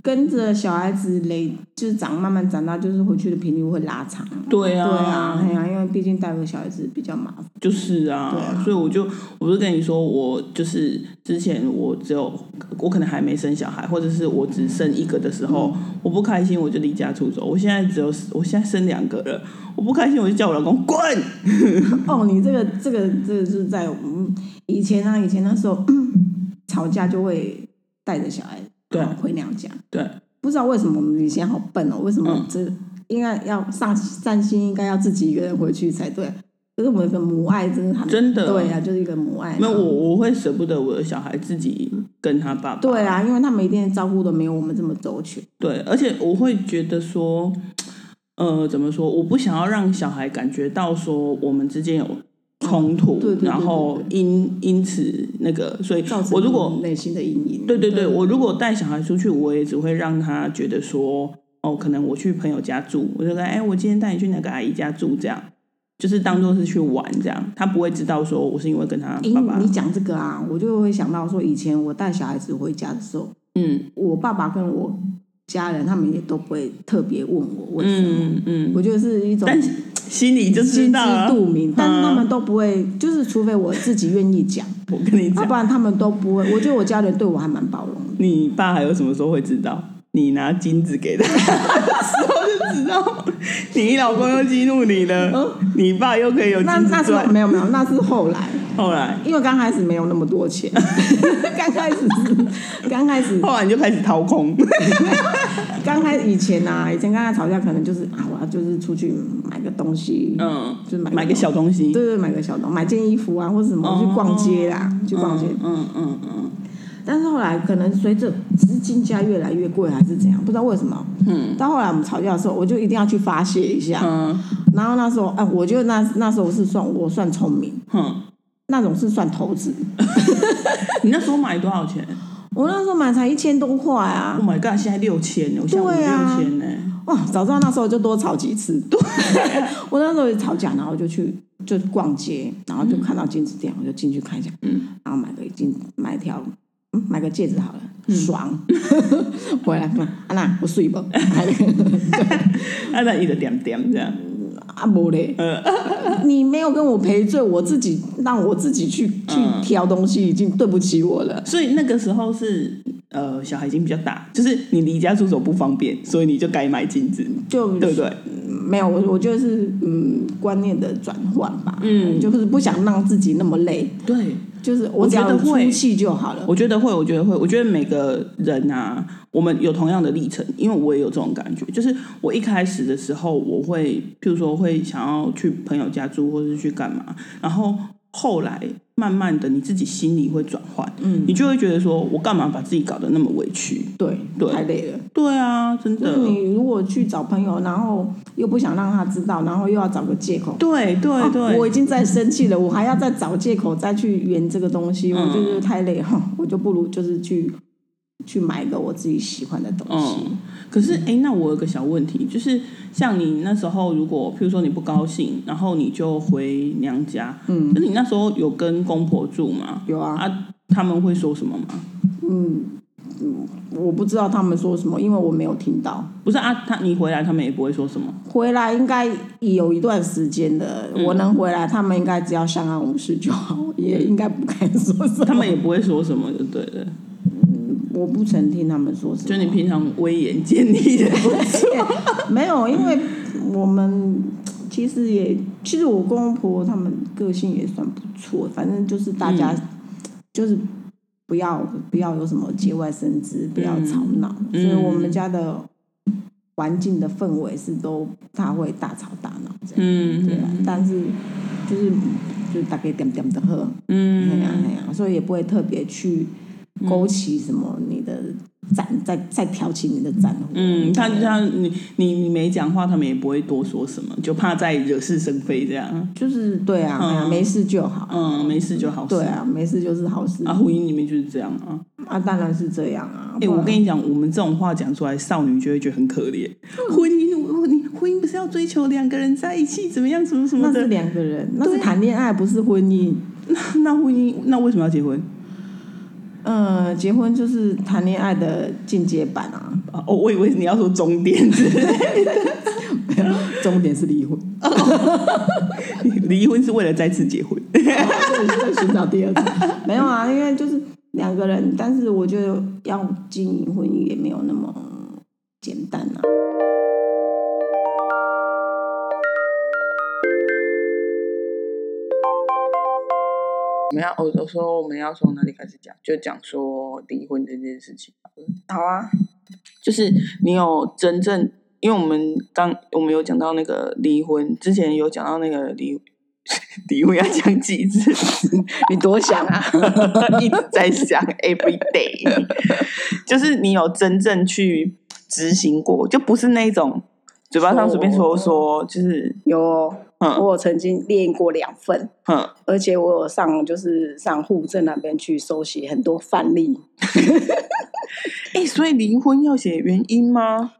Speaker 3: 跟着小孩子累，就是长慢慢长大，就是回去的频率会拉长。
Speaker 2: 对
Speaker 3: 对
Speaker 2: 啊，
Speaker 3: 啊，哎呀、因为毕竟带个小孩子比较麻烦。
Speaker 2: 就是啊，
Speaker 3: 对啊
Speaker 2: 所以我就我不是跟你说，我就是之前我只有我可能还没生小孩，或者是我只生一个的时候，
Speaker 3: 嗯
Speaker 2: 我不开心我就离家出走。我现在只有我现在生两个了，我不开心我就叫我老公滚。
Speaker 3: 哦，你这个这个这个是在我们以前啊，以前那时候、嗯吵架就会带着小孩
Speaker 2: 对
Speaker 3: 然后回娘家。
Speaker 2: 对，
Speaker 3: 不知道为什么我们以前好笨哦，为什么
Speaker 2: 嗯
Speaker 3: 这、应该要上散心，应该要自己一个人回去才对。啊可是我们的母爱真的很
Speaker 2: 真的哦
Speaker 3: 对啊，就是一个母爱。
Speaker 2: 没有我我会舍不得我的小孩自己跟他爸爸。
Speaker 3: 对啊，因为他们一定照顾的没有我们这么周全。
Speaker 2: 对，而且我会觉得说，呃，怎么说？我不想要让小孩感觉到说我们之间有冲突，
Speaker 3: 哦对对对
Speaker 2: 然后因因此那个，所以
Speaker 3: 造成
Speaker 2: 我如果
Speaker 3: 他们内心的阴影，
Speaker 2: 对对对，我如果带小孩出去，我也只会让他觉得说，哦，可能我去朋友家住，我就跟哎，我今天带你去哪个阿姨家住，这样就是当做是去玩这样，他不会知道说我是因为跟他
Speaker 3: 因
Speaker 2: 爸爸，
Speaker 3: 你讲这个啊，我就会想到说，以前我带小孩子回家的时候，
Speaker 2: 嗯
Speaker 3: 我爸爸跟我家人他们也都不会特别问我为什么，
Speaker 2: 嗯嗯，
Speaker 3: 我觉得是一种
Speaker 2: 但是心里就知
Speaker 3: 心知啊嗯
Speaker 2: 道了。
Speaker 3: 肚明，但是他们都不会，就是除非我自己愿意 讲，
Speaker 2: 我跟你
Speaker 3: 要
Speaker 2: 讲
Speaker 3: 不，然他们都不会。我觉得我家人对我还蛮包容 的，
Speaker 2: 你爸还有什么时候会知道？你拿金子给他 时候就知道，你老公又激怒你了，你爸又可以有
Speaker 3: 那
Speaker 2: 金
Speaker 3: 嗯那
Speaker 2: 子
Speaker 3: 是后
Speaker 2: 赚。
Speaker 3: 没有没有，那是后来，
Speaker 2: 后来，
Speaker 3: 因为刚开始没有那么多钱， 刚开始是刚开始
Speaker 2: 后来你就开始掏空，
Speaker 3: 刚开始以前啊，以前刚才吵架可能就是啊，我要就是出去买个东西，
Speaker 2: 嗯，
Speaker 3: 就是买
Speaker 2: 买个小东西，
Speaker 3: 对对，买个小东买件衣服啊，或者什么
Speaker 2: 哦
Speaker 3: 去逛街啦，去逛街。
Speaker 2: 嗯嗯嗯
Speaker 3: 但是后来可能随着资金价越来越贵，啊还是怎样，不知道为什么。
Speaker 2: 嗯
Speaker 3: 到后来我们吵架的时候，我就一定要去发泄一下。
Speaker 2: 嗯
Speaker 3: 然后那时候，哎、我觉得那那时候是算我算聪明，
Speaker 2: 嗯，
Speaker 3: 那种是算投资。
Speaker 2: 你那时候买多少钱
Speaker 3: 我那时候买才一千多块啊
Speaker 2: ？Oh，my god！现在六千，我现在五
Speaker 3: 对啊
Speaker 2: 六千呢。
Speaker 3: 哇、早知道那时候就多吵几次。 对，我那时候也吵架，然后就去就逛街，然后就看到金子店，我就进去看一下，
Speaker 2: 嗯，
Speaker 3: 然后买个金买一条。嗯买个戒指好了，
Speaker 2: 嗯
Speaker 3: 爽！回来说，啊那我睡吧，买了
Speaker 2: 啊，那一直点点这样，
Speaker 3: 啊无嘞，你没有跟我赔罪，我自己让我自己去去
Speaker 2: 嗯
Speaker 3: 挑东西，已经对不起我了。
Speaker 2: 所以那个时候是呃，小孩已经比较大，就是你离家出走不方便，所以你就该买金子，
Speaker 3: 就
Speaker 2: 对不对？
Speaker 3: 没有，我我觉得是嗯观念的转换吧，
Speaker 2: 嗯
Speaker 3: 就是不想让自己那么累，
Speaker 2: 对，
Speaker 3: 就是
Speaker 2: 我
Speaker 3: 我只
Speaker 2: 觉
Speaker 3: 要
Speaker 2: 得
Speaker 3: 有出
Speaker 2: 会
Speaker 3: 气就好了。
Speaker 2: 我觉得会，我觉得会，我觉得每个人啊，我们有同样的历程，因为我也有这种感觉，就是我一开始的时候，我会，譬如说会想要去朋友家住，或是去干嘛，然后后来慢慢的，你自己心里会转换，
Speaker 3: 嗯，
Speaker 2: 你就会觉得说我干嘛把自己搞得那么委屈？
Speaker 3: 对
Speaker 2: 对
Speaker 3: 太累了。
Speaker 2: 对啊，真
Speaker 3: 就是
Speaker 2: 的，
Speaker 3: 你如果去找朋友，然后又不想让他知道，然后又要找个借口。
Speaker 2: 对对
Speaker 3: 啊我
Speaker 2: 对，
Speaker 3: 已经在生气了，我还要再找借口再去圆这个东西，
Speaker 2: 嗯
Speaker 3: 我就觉得太累哈， 我就不如就是去去买一个我自己喜欢的东西。
Speaker 2: 嗯。可是，哎、那我有个小问题，就是像你那时候，如果譬如说你不高兴，然后你就回娘家，
Speaker 3: 嗯
Speaker 2: 可是你那时候有跟公婆住吗？
Speaker 3: 有啊，
Speaker 2: 啊，他们会说什么吗？
Speaker 3: 嗯嗯，我不知道他们说什么，因为我没有听到。
Speaker 2: 不是啊，他你回来，他们也不会说什么。
Speaker 3: 回来应该有一段时间的，
Speaker 2: 嗯
Speaker 3: 我能回来，他们应该只要相安无事就好，也应该不敢说什
Speaker 2: 哦
Speaker 3: 么。
Speaker 2: 他们也不会说什么，就对了。
Speaker 3: 我不曾听他们说什么，
Speaker 2: 就你平常威严建立的，
Speaker 3: 哦没有，因为我们其实也，其实我公公婆婆他们个性也算不错，反正就是大家、
Speaker 2: 嗯
Speaker 3: 就是不要不要有什么节外生枝，不要吵闹，
Speaker 2: 嗯
Speaker 3: 所以我们家的环境的氛围是都不太会大吵大闹这样，
Speaker 2: 嗯
Speaker 3: 对啊，但是就是就是大概点点的喝，哎呀
Speaker 2: 嗯，
Speaker 3: 哎呀，所以也不会特别去勾起什么你的战，再再挑起你的战火，
Speaker 2: 嗯，他他你你你没讲话，他们也不会多说什么，就怕再惹是生非这样。
Speaker 3: 就是对啊，
Speaker 2: 嗯
Speaker 3: 哎呀，没事就好。
Speaker 2: 嗯，没事就好事。
Speaker 3: 对啊，没事就是好事
Speaker 2: 啊，
Speaker 3: 啊
Speaker 2: 婚姻里面就是这样啊。
Speaker 3: 当然是这样啊。
Speaker 2: 哎、
Speaker 3: 不然
Speaker 2: 我跟你讲，我们这种话讲出来，少女就会觉得很可怜。婚姻，我你婚姻不是要追求两个人在一起怎么样，什么什么
Speaker 3: 那
Speaker 2: 的
Speaker 3: 是？两个人，那是谈恋爱，不是婚姻。
Speaker 2: 那婚姻，那为什么要结婚？
Speaker 3: 嗯，结婚就是谈恋爱的进阶版 啊，
Speaker 2: 啊哦，我以为你要说终点之类的
Speaker 3: 重点是 离婚，哦
Speaker 2: 离婚是为了再次结婚。
Speaker 3: 再寻找第二 次。没有啊，因为就是两个人，但是我觉得要经营婚姻也没有那么简单啊。
Speaker 2: 我们要，我我说我们要从哪里开始讲？就讲说离婚这件事情。
Speaker 3: 好啊，
Speaker 2: 就是你有真正，因为我们刚我们有讲到那个离婚，之前有讲到那个离 离婚要讲几次，
Speaker 3: 你多想啊。
Speaker 2: 一直在想 every day，就是 你有真正去执行过，就不是那种嘴巴上随便说说，就是
Speaker 3: 有哦，
Speaker 2: 嗯
Speaker 3: 我有曾经练过两份，
Speaker 2: 嗯。
Speaker 3: 而且我有上就是上户政那边去收集很多范例。
Speaker 2: 哎、所以离婚要写原因吗？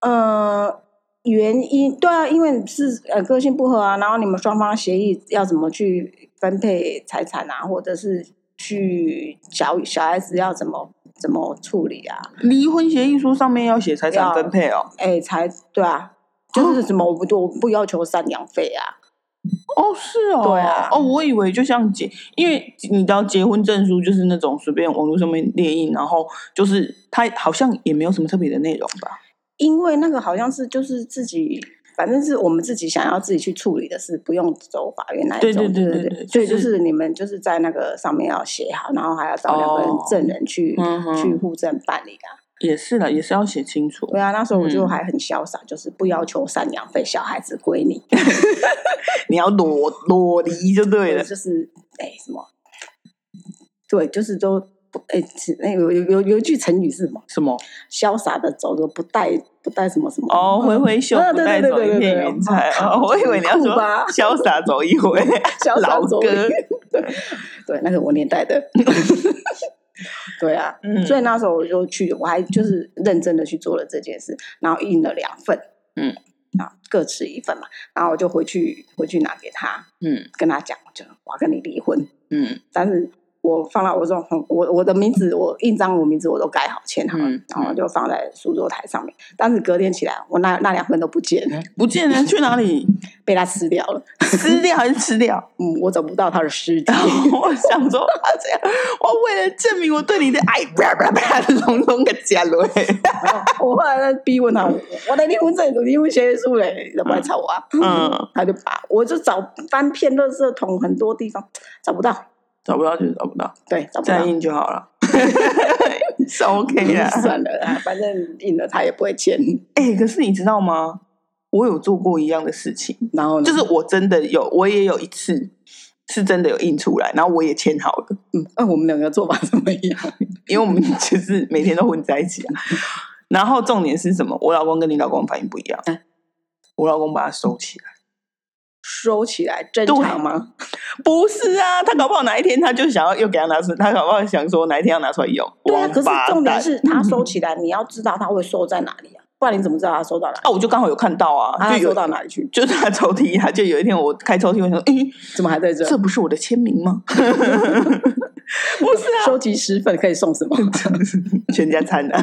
Speaker 3: 呃，原因对啊，因为是呃个性不合啊，然后你们双方协议要怎么去分配财产啊，或者是去小小孩子要怎么怎么处理啊？
Speaker 2: 离婚协议书上面要写财产分配哦。
Speaker 3: 哎，财对啊，就是什么我不我不要求赡养费啊，
Speaker 2: 哦，是哦，
Speaker 3: 对啊
Speaker 2: 哦，我以为就像结，因为你知道结婚证书就是那种随便网络上面列印，然后就是它好像也没有什么特别的内容吧？
Speaker 3: 因为那个好像是就是自己，反正是我们自己想要自己去处理的事，不用走法院那一
Speaker 2: 对
Speaker 3: 种。
Speaker 2: 对对
Speaker 3: 对
Speaker 2: 对对
Speaker 3: 所以就
Speaker 2: 就是
Speaker 3: 是你们就是在那个上面要写好，然后还要找两个人
Speaker 2: 哦
Speaker 3: 证人去、
Speaker 2: 嗯哼
Speaker 3: 去户政办理啊。
Speaker 2: 也是啦，也是要写清楚。
Speaker 3: 对啊，那时候我就
Speaker 2: 嗯
Speaker 3: 还很潇洒，就是不要求赡养费，小孩子归你。
Speaker 2: 你要裸裸离就对了。
Speaker 3: 就是哎、什么，对，就是都不哎，其那、有有有有一句成语是什么？
Speaker 2: 什么？
Speaker 3: 潇洒的走着，不带不带什么什么。
Speaker 2: 哦，挥挥袖
Speaker 3: 啊，
Speaker 2: 不
Speaker 3: 对
Speaker 2: 带
Speaker 3: 对
Speaker 2: 走
Speaker 3: 对
Speaker 2: 一
Speaker 3: 对
Speaker 2: 片
Speaker 3: 对
Speaker 2: 云彩。
Speaker 3: 哦
Speaker 2: 哦，我以为你要
Speaker 3: 很酷
Speaker 2: 说
Speaker 3: 吧
Speaker 2: 潇洒走一回，
Speaker 3: 潇洒
Speaker 2: 老
Speaker 3: 走
Speaker 2: 歌
Speaker 3: 一。对 对，那是我年代的。对啊，
Speaker 2: 嗯
Speaker 3: 所以那时候我就去，我还就是认真的去做了这件事，然后印了两份，
Speaker 2: 嗯，
Speaker 3: 啊，各吃一份嘛，然后我就回去回去拿给他，
Speaker 2: 嗯
Speaker 3: 跟他讲，就我要跟你离婚，
Speaker 2: 嗯
Speaker 3: 但是我放到我这种我我的名字，我印章我名字我都盖好签好了，
Speaker 2: 嗯
Speaker 3: 然后就放在书桌台上面。但是隔天起来，我那那两份都不见了，
Speaker 2: 嗯不见了，去哪里？
Speaker 3: 被他吃掉了。
Speaker 2: 撕掉还是吃掉？
Speaker 3: 嗯，我找不到他的尸体
Speaker 2: 然。后 我想说，啊，这样， 我为了证明我对你的爱，啪啪啪，隆隆个加 落。
Speaker 3: 然后 我后来在逼问他，我我的离婚证、离婚协议书嘞，怎么来吵我、啊？
Speaker 2: 嗯，
Speaker 3: 他就把我就找翻遍垃圾桶很多地方找不到，
Speaker 2: 找不到就找不到，
Speaker 3: 对，找不
Speaker 2: 再
Speaker 3: 到。
Speaker 2: 印就好 了。是 OK 的。
Speaker 3: 算了啊，反正印了他也不会签。
Speaker 2: 哎、可是你知道吗？我有做过一样的事情，
Speaker 3: 然后呢
Speaker 2: 就是我真的有，我也有一次是真的有印出来，然后我也签好了，
Speaker 3: 嗯，那、我们两个做法怎么样？
Speaker 2: 因为我们 就是每天都混在一起啊。然后重点是什么？我老公跟你老公反应不一样，
Speaker 3: 嗯
Speaker 2: 我老公把它收起来。
Speaker 3: 收起来正
Speaker 2: 对啊
Speaker 3: 常吗？
Speaker 2: 不是啊，他搞不好哪一天他就想要又给他拿出，他搞不好想说哪一天要拿出来用。
Speaker 3: 对啊，
Speaker 2: 王
Speaker 3: 可是
Speaker 2: 八
Speaker 3: 重点
Speaker 2: 蛋
Speaker 3: 是他收起来，你要知道他会收在哪里啊，不然你怎么知道他收到哪里？
Speaker 2: 啊，我就刚好有看到啊，
Speaker 3: 他
Speaker 2: 就
Speaker 3: 收
Speaker 2: 有
Speaker 3: 到哪里去？
Speaker 2: 就是他抽屉啊，就有一天我开抽屉，我想说，诶，
Speaker 3: 怎么还在这？
Speaker 2: 这不是我的签名吗？ 不是啊，
Speaker 3: 收集十份可以送什 么？
Speaker 2: 全家餐啊，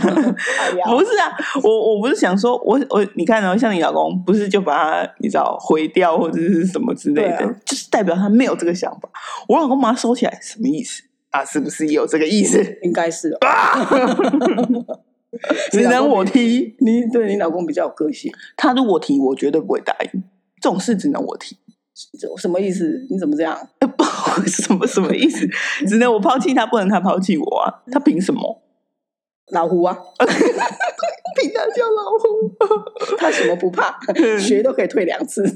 Speaker 3: 哎呀，
Speaker 2: 不是啊，我我不是想说，我我你看哦，像你老公不是就把他你知道毁掉或者是什么之类的，
Speaker 3: 对啊
Speaker 2: 就是代表他没有这个想法。我老公把它收起来，什么意思啊？是不是有这个意思？
Speaker 3: 应该是哦
Speaker 2: 只啊能我提，
Speaker 3: 你对你老公比较有个性，
Speaker 2: 他如果提，我绝对不会答应。这种事只能我提，
Speaker 3: 这什么意思？你怎么这样？
Speaker 2: 呃不，什么什么意思？只能我抛弃他，不能他抛弃我啊！他凭什么？
Speaker 3: 老 胡啊，
Speaker 2: 凭他叫老公？
Speaker 3: 他什么不怕？
Speaker 2: 嗯
Speaker 3: 学都可以退两次。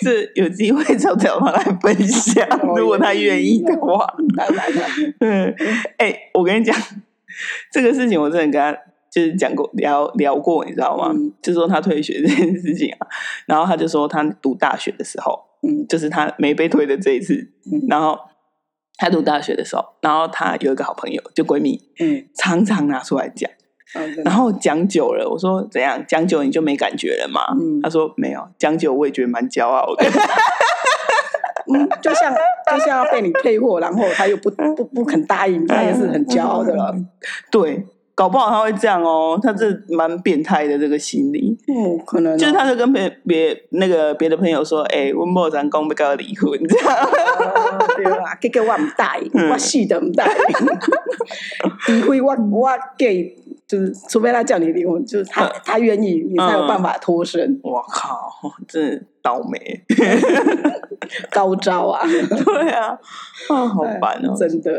Speaker 2: 这有机会找找他来分享，
Speaker 3: 哦
Speaker 2: 如果他愿意的话。
Speaker 3: 当然了，
Speaker 2: 嗯，哎、我跟你讲，这个事情我真的跟他就是讲过聊聊过，你知道吗？
Speaker 3: 嗯
Speaker 2: 就说他退学这件事情啊，然后他就说他读大学的时候，
Speaker 3: 嗯
Speaker 2: 就是他没被退的这一次，
Speaker 3: 嗯
Speaker 2: 然后他读大学的时候，然后他有一个好朋友，就闺蜜，
Speaker 3: 嗯，
Speaker 2: 常常拿出来讲，
Speaker 3: 然
Speaker 2: 然后讲久了，我说怎样讲久你就没感觉了嘛？
Speaker 3: 嗯
Speaker 2: 他说没有，讲久我也觉得蛮骄傲的。
Speaker 3: 嗯，就像就像被你退货，然后他又不不不肯答
Speaker 2: 嗯
Speaker 3: 应，他也是很骄傲的了。
Speaker 2: 对，搞不好他会这样哦，他这蛮变态的这个心理，
Speaker 3: 嗯，可能哦
Speaker 2: 就是他就跟别别那个别的朋友说，哎、温某长公不跟我离婚这样，
Speaker 3: 哦对啦，结果我唔答应，
Speaker 2: 嗯
Speaker 3: 我死都唔 答应。除非我我给，就是除非他叫你离婚，就是他、
Speaker 2: 嗯
Speaker 3: 他愿意，你才有办法脱身。
Speaker 2: 我靠，真的倒霉，
Speaker 3: 高招啊，
Speaker 2: 对啊，啊， 好烦哦，
Speaker 3: 哎真的。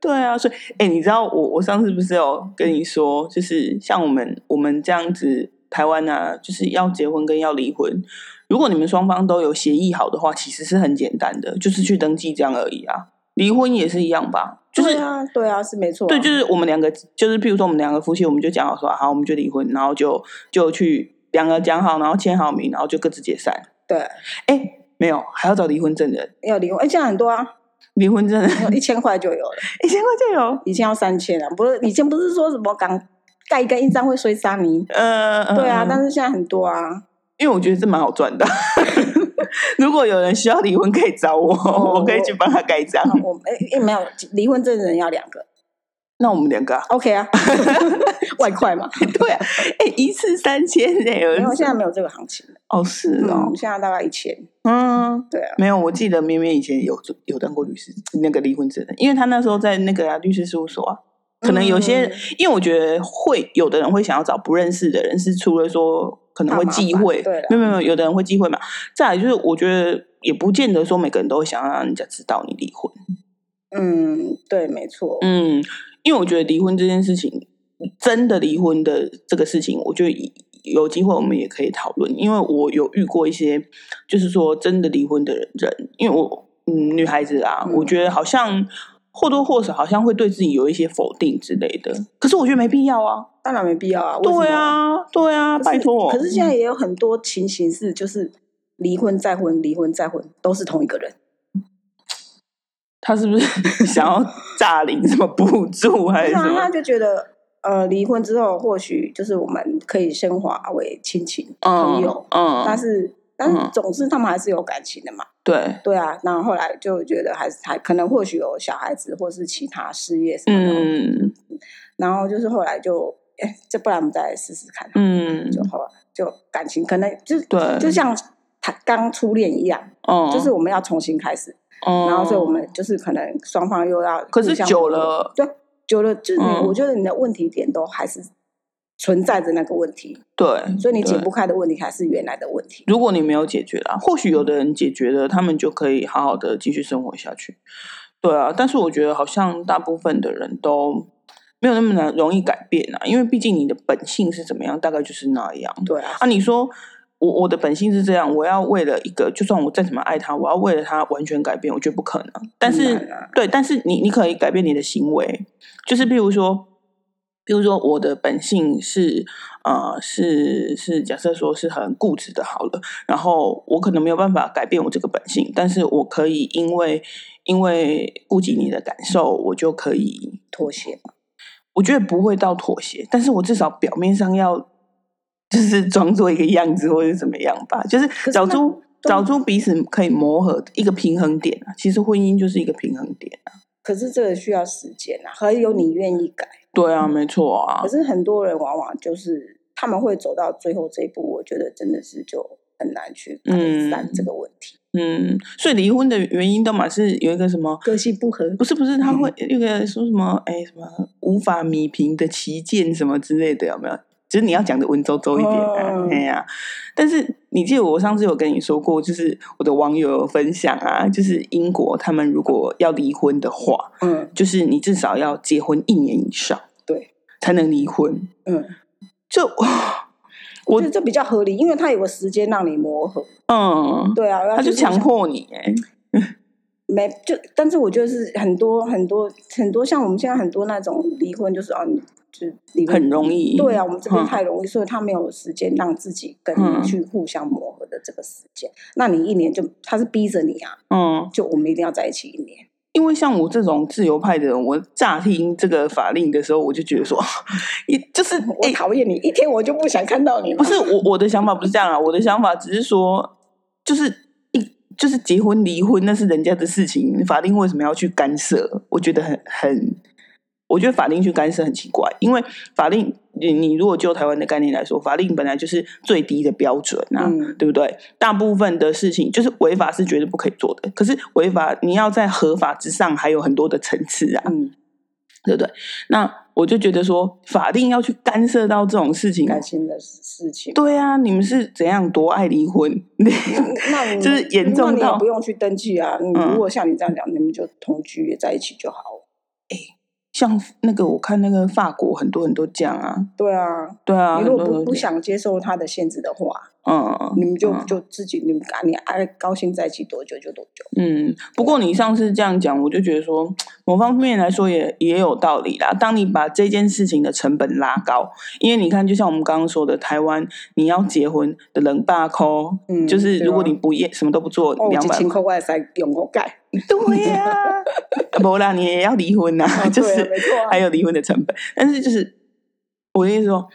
Speaker 2: 对啊，所以哎、你知道我我上次不是有跟你说，就是像我们我们这样子，台湾啊，就是要结婚跟要离婚，如果你们双方都有协议好的话，其实是很简单的，就是去登记这样而已啊。离婚也是一样吧，就是
Speaker 3: 对啊，对啊，是没错啊、
Speaker 2: 对，就是我们两个，就是譬如说我们两个夫妻，我们就讲好说，好，我们就离婚，然后就就去两个讲好，然后签好名，然后就各自解散。
Speaker 3: 对，
Speaker 2: 哎，没有，还要找离婚证人，
Speaker 3: 要离婚，哎、这样很多啊，
Speaker 2: 离婚证人一
Speaker 3: 一千块就有了，
Speaker 2: 千块就有。
Speaker 3: 以前要三千啊，不是以前不是说什么港盖一个印章会摔沙泥。
Speaker 2: 呃，呃
Speaker 3: 对啊，但
Speaker 2: 呃
Speaker 3: 是现在很多啊，
Speaker 2: 因为我觉得这蛮好赚的。 如果有人需要离婚，
Speaker 3: 哦
Speaker 2: 可以找我，我可以去帮他盖章。
Speaker 3: 我哎、哎没有离婚证人要两个，
Speaker 2: 那我们两个、啊，
Speaker 3: OK 啊，外快嘛，
Speaker 2: 对啊，哎、一次三千呢、
Speaker 3: 没有现在没有这个行情，
Speaker 2: 哦是哦
Speaker 3: 嗯，，现在大概一千，
Speaker 2: 嗯，
Speaker 3: 对啊，
Speaker 2: 没有，我记得绵绵以前有有当过律师，那个离婚证的，因为他那时候在那个、啊、律师事务所啊。可能有些，
Speaker 3: 嗯
Speaker 2: 因为我觉得会有的人会想要找不认识的人，是除了说可能会
Speaker 3: 怕麻烦
Speaker 2: 忌讳，
Speaker 3: 对啦
Speaker 2: 没有没有，有的人会忌讳嘛。再来就是，我觉得也不见得说每个人都会想要让人家知道你离婚，
Speaker 3: 嗯，对，没错，
Speaker 2: 嗯，因为我觉得离婚这件事情，真的离婚的这个事情，我觉得有机会我们也可以讨论，因为我有遇过一些，就是说真的离婚的人，人因为我嗯女孩子啊，
Speaker 3: 嗯
Speaker 2: 我觉得好像或多或少好像会对自己有一些否定之类的，可是我觉得没必要啊，
Speaker 3: 当然没必要啊，为什么
Speaker 2: 对，啊，对啊，
Speaker 3: 可是
Speaker 2: 拜托，嗯
Speaker 3: 可是现在也有很多情形是就是离婚再婚，离婚再婚，都是同一个人，
Speaker 2: 他是不 是想要诈领什么补助还是
Speaker 3: 那
Speaker 2: 什
Speaker 3: 啊他
Speaker 2: 么？
Speaker 3: 就觉得。呃，离婚之后，或许就是我们可以升华为亲情、朋友
Speaker 2: 嗯，嗯，
Speaker 3: 但是但是
Speaker 2: 嗯
Speaker 3: 总之他们还是有感情的嘛。
Speaker 2: 对，
Speaker 3: 对啊，然后后来就觉得还是还可能或许有小孩子或是其他事业什么的，
Speaker 2: 嗯
Speaker 3: 然后就是后来就哎，这不然我们再试试看，
Speaker 2: 嗯，
Speaker 3: 就后来就感情可能就
Speaker 2: 对
Speaker 3: 就像谈刚初恋一样，
Speaker 2: 嗯，
Speaker 3: 就是我们要重新开始，
Speaker 2: 哦，
Speaker 3: 然后所以我们就是可能双方又要
Speaker 2: 可是
Speaker 3: 互相
Speaker 2: 久
Speaker 3: 磨合
Speaker 2: 了，
Speaker 3: 对久了就是你、
Speaker 2: 嗯
Speaker 3: 我觉得你的问题点都还是存在着那个问题，
Speaker 2: 对，
Speaker 3: 所以你解
Speaker 2: 对嗯
Speaker 3: 不。开的问题还是原来的问题。
Speaker 2: 如果你没有解决啦，或许有的人解决了，他们就可以好好的继续生活下去。对啊，但是我觉得好像大部分的人都没有那么难容易改变啊，因为毕竟你的本性是怎么样，大概就是那样。
Speaker 3: 对啊，
Speaker 2: 啊，你说我我的本性是这样，我要为了一个，就算我再怎么爱他，我要为了他完全改变，我觉得不可能。但
Speaker 3: 当
Speaker 2: 是
Speaker 3: 然啦
Speaker 2: 对，但是你你可以改变你的行为，就是譬如说，譬如说我的本性是呃是是假设说是很固执的，好了，然后我可能没有办法改变我这个本性，但是我可以因为因为顾及你的感受，我就可以
Speaker 3: 妥协嘛，
Speaker 2: 我觉得不会到妥协，但是我至少表面上要就是装作一个样子或者怎么样吧，就是
Speaker 3: 是
Speaker 2: 找
Speaker 3: 那
Speaker 2: 出
Speaker 3: 对
Speaker 2: 找出彼此可以磨合的一个平衡点啊。其实婚姻就是一个平衡点啊。
Speaker 3: 可是这个需要时间啊，还有你愿意改。
Speaker 2: 对啊，没错啊
Speaker 3: 可。是很多人往往就是他们会走到最后这一步，我觉得真的是就很难去改善
Speaker 2: 嗯
Speaker 3: 这个问题，
Speaker 2: 嗯，所以离婚的原因都嘛是有一个什么？
Speaker 3: 个性不合。
Speaker 2: 不是不是，他会
Speaker 3: 嗯
Speaker 2: 那个说什么？哎，什么无法弥平的旗舰什么之类的，有没有？就是你要讲的文绉绉一点啊
Speaker 3: 哦，
Speaker 2: 哎呀、但是你记得我上次有跟你说过，就是我的网友有分享啊，就是英国他们如果要离婚的话，
Speaker 3: 嗯
Speaker 2: 就是你至少要结婚一年以上，
Speaker 3: 对，
Speaker 2: 才能离婚。
Speaker 3: 嗯，
Speaker 2: 就
Speaker 3: 我
Speaker 2: 我
Speaker 3: 觉得这比较合理，因为它有个时间让你磨合。
Speaker 2: 嗯，
Speaker 3: 对啊，
Speaker 2: 他就
Speaker 3: 想
Speaker 2: 强迫你哎、
Speaker 3: 没就，但是我觉得是很多很多很多，像我们现在很多那种离婚，就是哦，你就离婚
Speaker 2: 很容易
Speaker 3: 对啊，我们这边
Speaker 2: 嗯
Speaker 3: 太容易，所以他没有时间让自己跟
Speaker 2: 嗯
Speaker 3: 你去互相磨合的这个时间。那你一年就他是逼着你啊，
Speaker 2: 嗯。
Speaker 3: 就我们一定要在一起一年。
Speaker 2: 因为像我这种自由派的人，我乍听这个法令的时候，我就觉得说， 也就是
Speaker 3: 我
Speaker 2: 哎、
Speaker 3: 讨厌你，一天我就不想看到你了。
Speaker 2: 不是我我的想法不是这样啊，我的想法只是说，就是一就是结婚离婚那是人家的事情，法令为什么要去干涉？我觉得很很，我觉得法令去干涉很奇怪，因为法令你你如果就台湾的概念来说，法令本来就是最低的标准啊，
Speaker 3: 嗯，
Speaker 2: 对不对？大部分的事情就是违法是绝对不可以做的，可是违法你要在合法之上还有很多的层次啊，
Speaker 3: 嗯，
Speaker 2: 对不对？那我就觉得说，法定要去干涉到这种事情，
Speaker 3: 感情的事情。
Speaker 2: 对啊，你们是怎样多爱离婚？
Speaker 3: 那你
Speaker 2: 就是严重
Speaker 3: 那你也
Speaker 2: 到
Speaker 3: 不用去登记啊。你
Speaker 2: 嗯
Speaker 3: 如果像你这样讲，你们就同居在一起就好了。
Speaker 2: 像那个我看那个法国很多人都这样啊，
Speaker 3: 对啊，
Speaker 2: 对啊，
Speaker 3: 你如果
Speaker 2: 很多
Speaker 3: 不
Speaker 2: 人都
Speaker 3: 不
Speaker 2: 这样，
Speaker 3: 想接受他的限制的话，
Speaker 2: 嗯，
Speaker 3: 你们就、
Speaker 2: 嗯
Speaker 3: 就自己你们啊，你爱高兴在一起多久就多久。
Speaker 2: 嗯，不过你上次这样讲，我就觉得说，某方面来说也也有道理啦。当你把这件事情的成本拉高，因为你看，就像我们刚刚说的，台湾你要结婚的冷霸扣，
Speaker 3: 嗯
Speaker 2: 就是如果你
Speaker 3: 对啊
Speaker 2: 不业什么都不做，
Speaker 3: 哦，
Speaker 2: 两
Speaker 3: 一
Speaker 2: 百、
Speaker 3: 千块我才用我 盖，
Speaker 2: 对 呀、啊，不啦，你也要离婚呐、
Speaker 3: 哦
Speaker 2: 就是、
Speaker 3: 对啊没错啊
Speaker 2: 还有离婚的成本。但是就是我的意思说，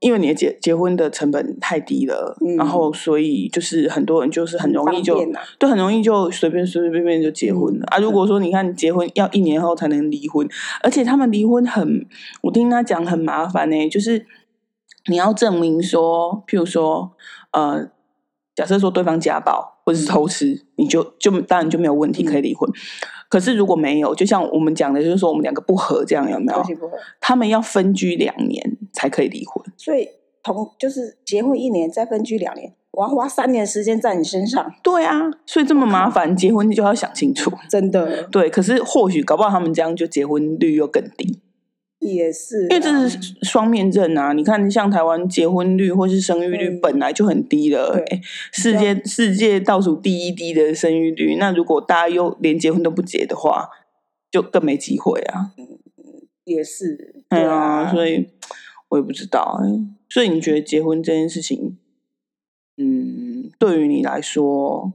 Speaker 2: 因为你的结结婚的成本太低了，
Speaker 3: 嗯
Speaker 2: 然后所以就是很多人就是很容易就
Speaker 3: 方便啊
Speaker 2: 对，很容易就随便随随便便就结婚了、啊。如果说你看结婚要一年后才能离婚，而且他们离婚很，我听他讲很麻烦呢、就是你要证明说，譬如说，呃，假设说对方家暴或者是偷吃，你就就当然就没有问题可以离婚。可是如果没有，就像我们讲的，就是说我们两个不合，这样有没有
Speaker 3: 东？西不合。
Speaker 2: 他们要分居两年才可以离婚。
Speaker 3: 所以同就是结婚一年，再分居两年，我要花三年时间在你身上，
Speaker 2: 对啊，所以这么麻烦，结婚就要想清楚。
Speaker 3: 真的
Speaker 2: 对，可是或许搞不好他们这样就结婚率又更低，
Speaker 3: 也是啊，
Speaker 2: 因为这是双面刃啊！你看，像台湾结婚率或是生育率
Speaker 3: 嗯
Speaker 2: 本来就很低了，
Speaker 3: 对啊
Speaker 2: 诶 世界世界倒数第一低的生育率，那如果大家又连结婚都不结的话，就更没机会啊！
Speaker 3: 也是，
Speaker 2: 哎
Speaker 3: 对
Speaker 2: 呀、
Speaker 3: 啊，
Speaker 2: 所以我也不知道、诶所以你觉得结婚这件事情，嗯，对于你来说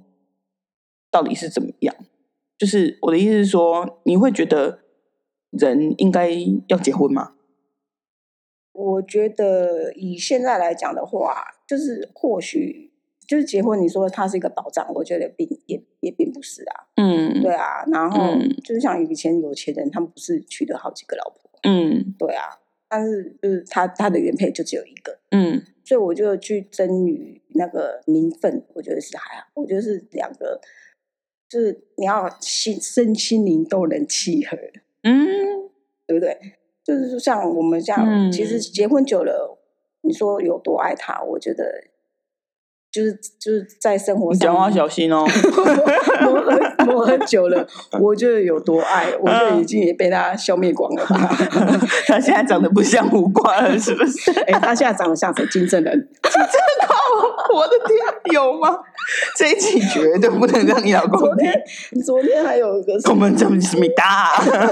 Speaker 2: 到底是怎么样？就是我的意思是说，你会觉得人应该要结婚吗？
Speaker 3: 我觉得以现在来讲的话，就是或许就是结婚，你说它是一个保障，我觉得并也也并不是啊，
Speaker 2: 嗯，
Speaker 3: 对，啊，然后
Speaker 2: 嗯
Speaker 3: 就是像以前有钱人，他们不是娶了好几个老婆，
Speaker 2: 嗯
Speaker 3: 对啊，但是就是他他的原配就只有一个。
Speaker 2: 嗯
Speaker 3: 所以我就去争于那个名分，我觉得是还好，我觉得是两个，就是你要心身心灵都能契合，
Speaker 2: 嗯
Speaker 3: 对不对？就是说像我们这样，
Speaker 2: 嗯
Speaker 3: 其实结婚久了，你说有多爱他，我觉得就是就是在生活
Speaker 2: 你
Speaker 3: 上
Speaker 2: 讲 话小 心哦。
Speaker 3: 磨合磨合 久了，我觉得有多爱，我
Speaker 2: 嗯
Speaker 3: 就已经也被他消灭光了吧。
Speaker 2: 他现在长得不像胡瓜了，是不是？
Speaker 3: 哎、他现在长得像谁？金正恩。
Speaker 2: 我的天，有吗？ 这一集绝对不能让你老公
Speaker 3: 昨
Speaker 2: 听
Speaker 3: 天。昨天还有一个什
Speaker 2: 我
Speaker 3: 么
Speaker 2: 们这么思密达，
Speaker 3: 拍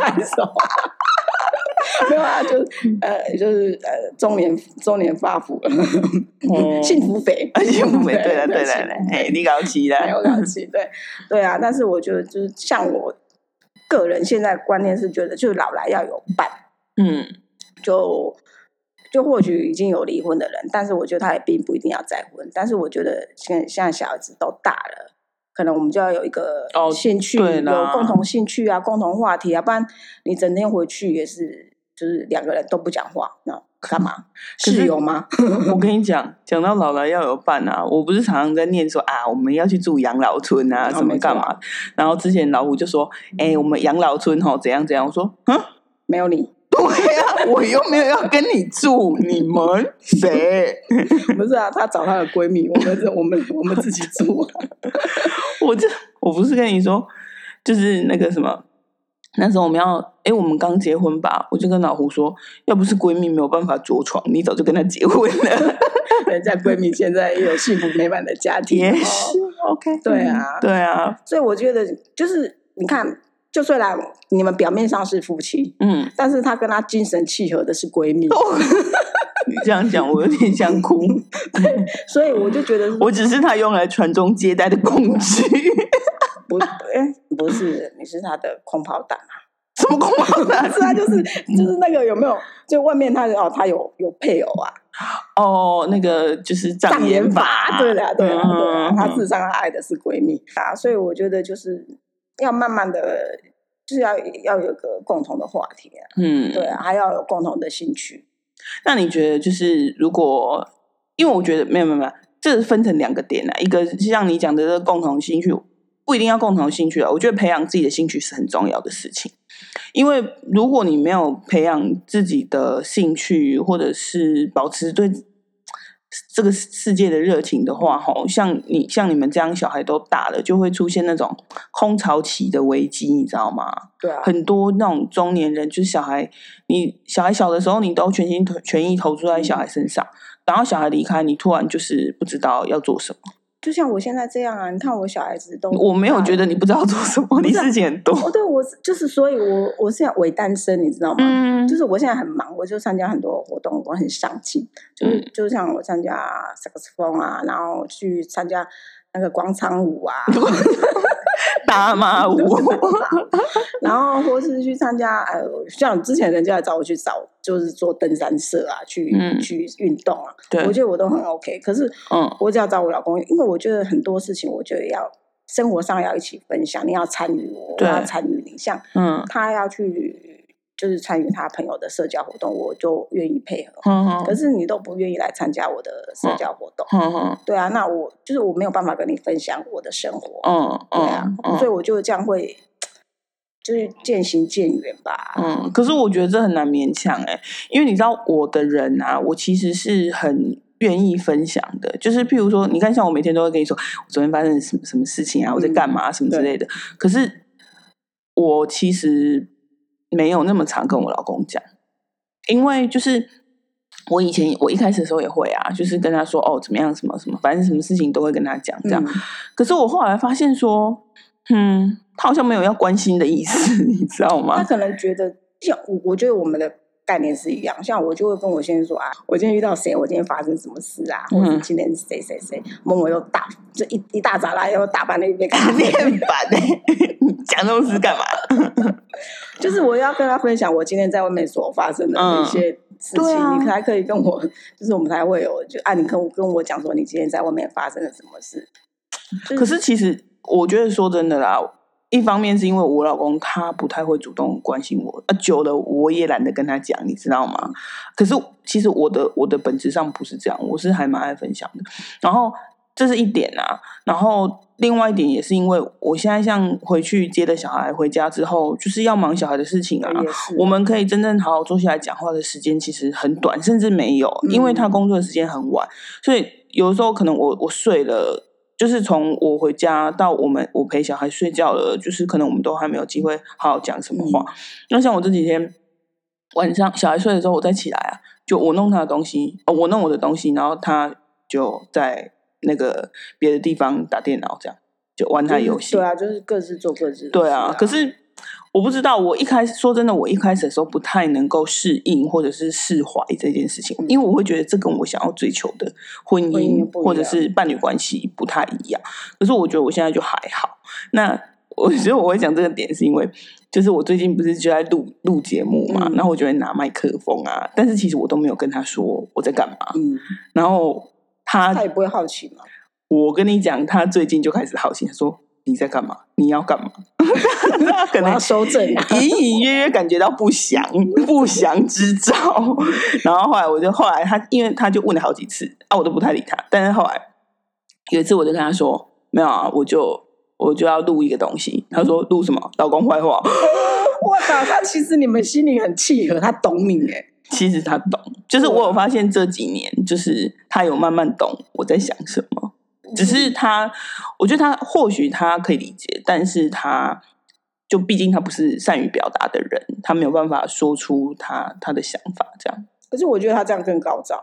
Speaker 3: 拍手。没有啊，就是
Speaker 2: 嗯
Speaker 3: 呃，就是呃，中年中年发福了，
Speaker 2: 哦
Speaker 3: 幸福肥，
Speaker 2: 幸 福美，对了对了，
Speaker 3: 幸
Speaker 2: 对
Speaker 3: 福
Speaker 2: 了
Speaker 3: 肥
Speaker 2: 哎，你搞起
Speaker 3: 没
Speaker 2: 来
Speaker 3: 有，感情，对对啊。但是我觉得，就是像我个人现在观念是觉得，就是老来要有伴，
Speaker 2: 嗯
Speaker 3: 就就或许已经有离婚的人，但是我觉得他也并不一定要再婚。但是我觉得现在现在小孩子都大了，可能我们就要有一个
Speaker 2: 哦
Speaker 3: 兴趣，
Speaker 2: 对
Speaker 3: 有
Speaker 2: 啦
Speaker 3: 共同兴趣啊，共同话题啊，不然你整天回去也是就是两个人都不讲话，那干嘛？
Speaker 2: 可是
Speaker 3: 室友吗？
Speaker 2: 我跟你讲，讲到老了要有伴啊！我不是常常在念说啊，我们要去住养老村啊，
Speaker 3: 嗯
Speaker 2: 什么
Speaker 3: 没错
Speaker 2: 干嘛？然后之前老虎就说，哎、我们养老村吼怎样怎样，我说，嗯，
Speaker 3: 没有你，
Speaker 2: 对呀、 我又没有要跟你住，你们谁？
Speaker 3: 不是啊，她找她的闺蜜，我们这我们我们自己住、
Speaker 2: 我这我不是跟你说，就是那个什么，那时候我们要，哎、我们刚结婚吧，我就跟老胡说，要不是闺蜜没有办法着床，你早就跟她结婚了。
Speaker 3: 人家闺蜜现在也有幸福美满的家庭，
Speaker 2: 也
Speaker 3: 哦
Speaker 2: 是 OK，
Speaker 3: 对啊
Speaker 2: 对啊，
Speaker 3: 所以我觉得就是你看，就虽然你们表面上是夫妻，
Speaker 2: 嗯，
Speaker 3: 但是她跟她精神契合的是闺蜜，
Speaker 2: 哦你这样讲我有点想哭。
Speaker 3: 所以我就觉得是
Speaker 2: 我只是他用来传宗接代的工具，
Speaker 3: 不，哎、不是，你是她的空炮 弹啊，
Speaker 2: 什么工具
Speaker 3: 不是啊，就是就是那个有没有？就外面她哦，她有有配偶啊，
Speaker 2: 哦，那个就是障眼法，
Speaker 3: 对的，对的，对的，
Speaker 2: 嗯
Speaker 3: 她事实上她爱的是闺蜜啊，所以我觉得就是要慢慢的，就是要要有个共同的话题啊，
Speaker 2: 嗯，
Speaker 3: 对啊，还要有共同的兴趣，
Speaker 2: 那你觉得就是如果，因为我觉得没有没有没有，这分成两个点啊，一个是像你讲的这个共同兴趣，不一定要共同兴趣啊，我觉得培养自己的兴趣是很重要的事情。因为如果你没有培养自己的兴趣，或者是保持对这个世界的热情的话，吼，像你像你们这样小孩都大了，就会出现那种空巢期的危机，你知道吗？
Speaker 3: 对啊，
Speaker 2: 很多那种中年人，就是小孩，你小孩小的时候，你都全心投全意投注在小孩身上，然后小孩离开，你突然就是不知道要做什么。
Speaker 3: 就像我现在这样啊，你看我小孩子都，
Speaker 2: 我没有觉得你不知道做什么，你事情很多。
Speaker 3: 哦，对我是就是，所以我我现在伪单身，你知道吗？
Speaker 2: 嗯
Speaker 3: 就是我现在很忙，我就参加很多活动，我很上进，就是、
Speaker 2: 嗯
Speaker 3: 就像我参加萨克斯风啊，然后去参加那个广场舞啊，
Speaker 2: 大 妈舞，
Speaker 3: 然后或是去参加呃，像之前人家来找我去找，就是做登山社啊，去、
Speaker 2: 嗯
Speaker 3: 去运动啊，
Speaker 2: 对
Speaker 3: 我觉得我都很 OK。可是
Speaker 2: 嗯，
Speaker 3: 我只要找我老公，因为我觉得很多事情，我觉得要生活上要一起分享，你要参与我，我
Speaker 2: 对
Speaker 3: 要参与你，像
Speaker 2: 嗯
Speaker 3: 他要去就是参与他朋友的社交活动，我就愿意配合。
Speaker 2: 哼哼
Speaker 3: 可是你都不愿意来参加我的社交活动，
Speaker 2: 哼哼，
Speaker 3: 对啊，那我就是我没有办法跟你分享我的生活，
Speaker 2: 嗯
Speaker 3: 对啊
Speaker 2: 嗯，嗯
Speaker 3: 所以我就这样会，就是渐行渐远吧。
Speaker 2: 嗯，可是我觉得这很难勉强哎、因为你知道我的人啊，我其实是很。愿意分享的，就是譬如说，你看，像我每天都会跟你说，我昨天发生什么什么事情啊，我在干嘛、什么之类的。可是我其实没有那么常跟我老公讲，因为就是我以前我一开始的时候也会啊，就是跟他说哦怎么样什么什么，反正什么事情都会跟他讲这样。
Speaker 3: 嗯
Speaker 2: 可是我后来发现说，嗯，他好像没有要关心的意思，你知道吗
Speaker 3: 他？可能觉得，像我，我觉得我们的概念是一样。像我就会跟我先生说啊，我今天遇到谁，我今天发生什么事啊，
Speaker 2: 嗯
Speaker 3: 或者今天谁谁谁某某又大，就一一大早来又打扮了一杯咖
Speaker 2: 打
Speaker 3: 啡
Speaker 2: 面，板哎、你讲这种事干嘛？
Speaker 3: 就是我要跟他分享我今天在外面所发生的
Speaker 2: 嗯
Speaker 3: 一些事
Speaker 2: 对
Speaker 3: 情，
Speaker 2: 啊
Speaker 3: 你才可以跟我，就是我们才会有，就啊，你跟我跟我讲说你今天在外面发生了什么事。就是
Speaker 2: 可是其实我觉得说真的啦，一方面是因为我老公他不太会主动关心我，啊，久了我也懒得跟他讲，你知道吗？可是其实我的我的本质上不是这样，我是还蛮爱分享的。然后这是一点啊，然后另外一点也是因为我现在像回去接了小孩回家之后，就是要忙小孩的事情啊，
Speaker 3: 也是
Speaker 2: 我们可以真正好好坐下来讲话的时间其实很短，甚至没有，因为
Speaker 3: 嗯
Speaker 2: 他工作的时间很晚，所以有时候可能我我睡了。就是从我回家到我们我陪小孩睡觉了，就是可能我们都还没有机会好好讲什么
Speaker 3: 嗯
Speaker 2: 话。那像我这几天晚上小孩睡了之后，我再起来啊，就我弄他的东西，哦，我弄我的东西，然后他就在那个别的地方打电脑，这样就玩他的游戏。
Speaker 3: 对啊，就是各自做各自的事。
Speaker 2: 对啊，可是我不知道，我一开始说真的，我一开始的时候不太能够适应或者是释怀这件事情，
Speaker 3: 嗯
Speaker 2: 因为我会觉得这跟我想要追求的婚姻
Speaker 3: 婚姻不一样
Speaker 2: 或者是伴侣关系不太一样。可是我觉得我现在就还好。那我 觉得我会讲这个点，是因为就是我最近不是就在录录节目嘛，
Speaker 3: 嗯
Speaker 2: 然后我就会拿麦克风啊，但是其实我都没有跟他说我在干嘛，
Speaker 3: 嗯，
Speaker 2: 然后他
Speaker 3: 他也不会好奇嘛。
Speaker 2: 我跟你讲，他最近就开始好奇，他说你在干嘛？你要干嘛？ 他可
Speaker 3: 我
Speaker 2: 能，
Speaker 3: 要收正啊
Speaker 2: 隐隐约约感觉到不祥不祥之兆。 然后后来我就后来他，因为他就问了好几次啊，我都不太理他。但是后来有一次我就跟他说，没有啊，我就我就要录一个东西。他说录什么？老公坏话。
Speaker 3: 我靠，他其实你们心里很契合，他懂你哎。
Speaker 2: 其实他懂，就是我有发现这几年，就是他有慢慢懂我在想什么。只是他，我觉得他或许他可以理解，但是他就毕竟他不是善于表达的人，他没有办法说出他他的想法。这样，
Speaker 3: 可是我觉得他这样更高 招，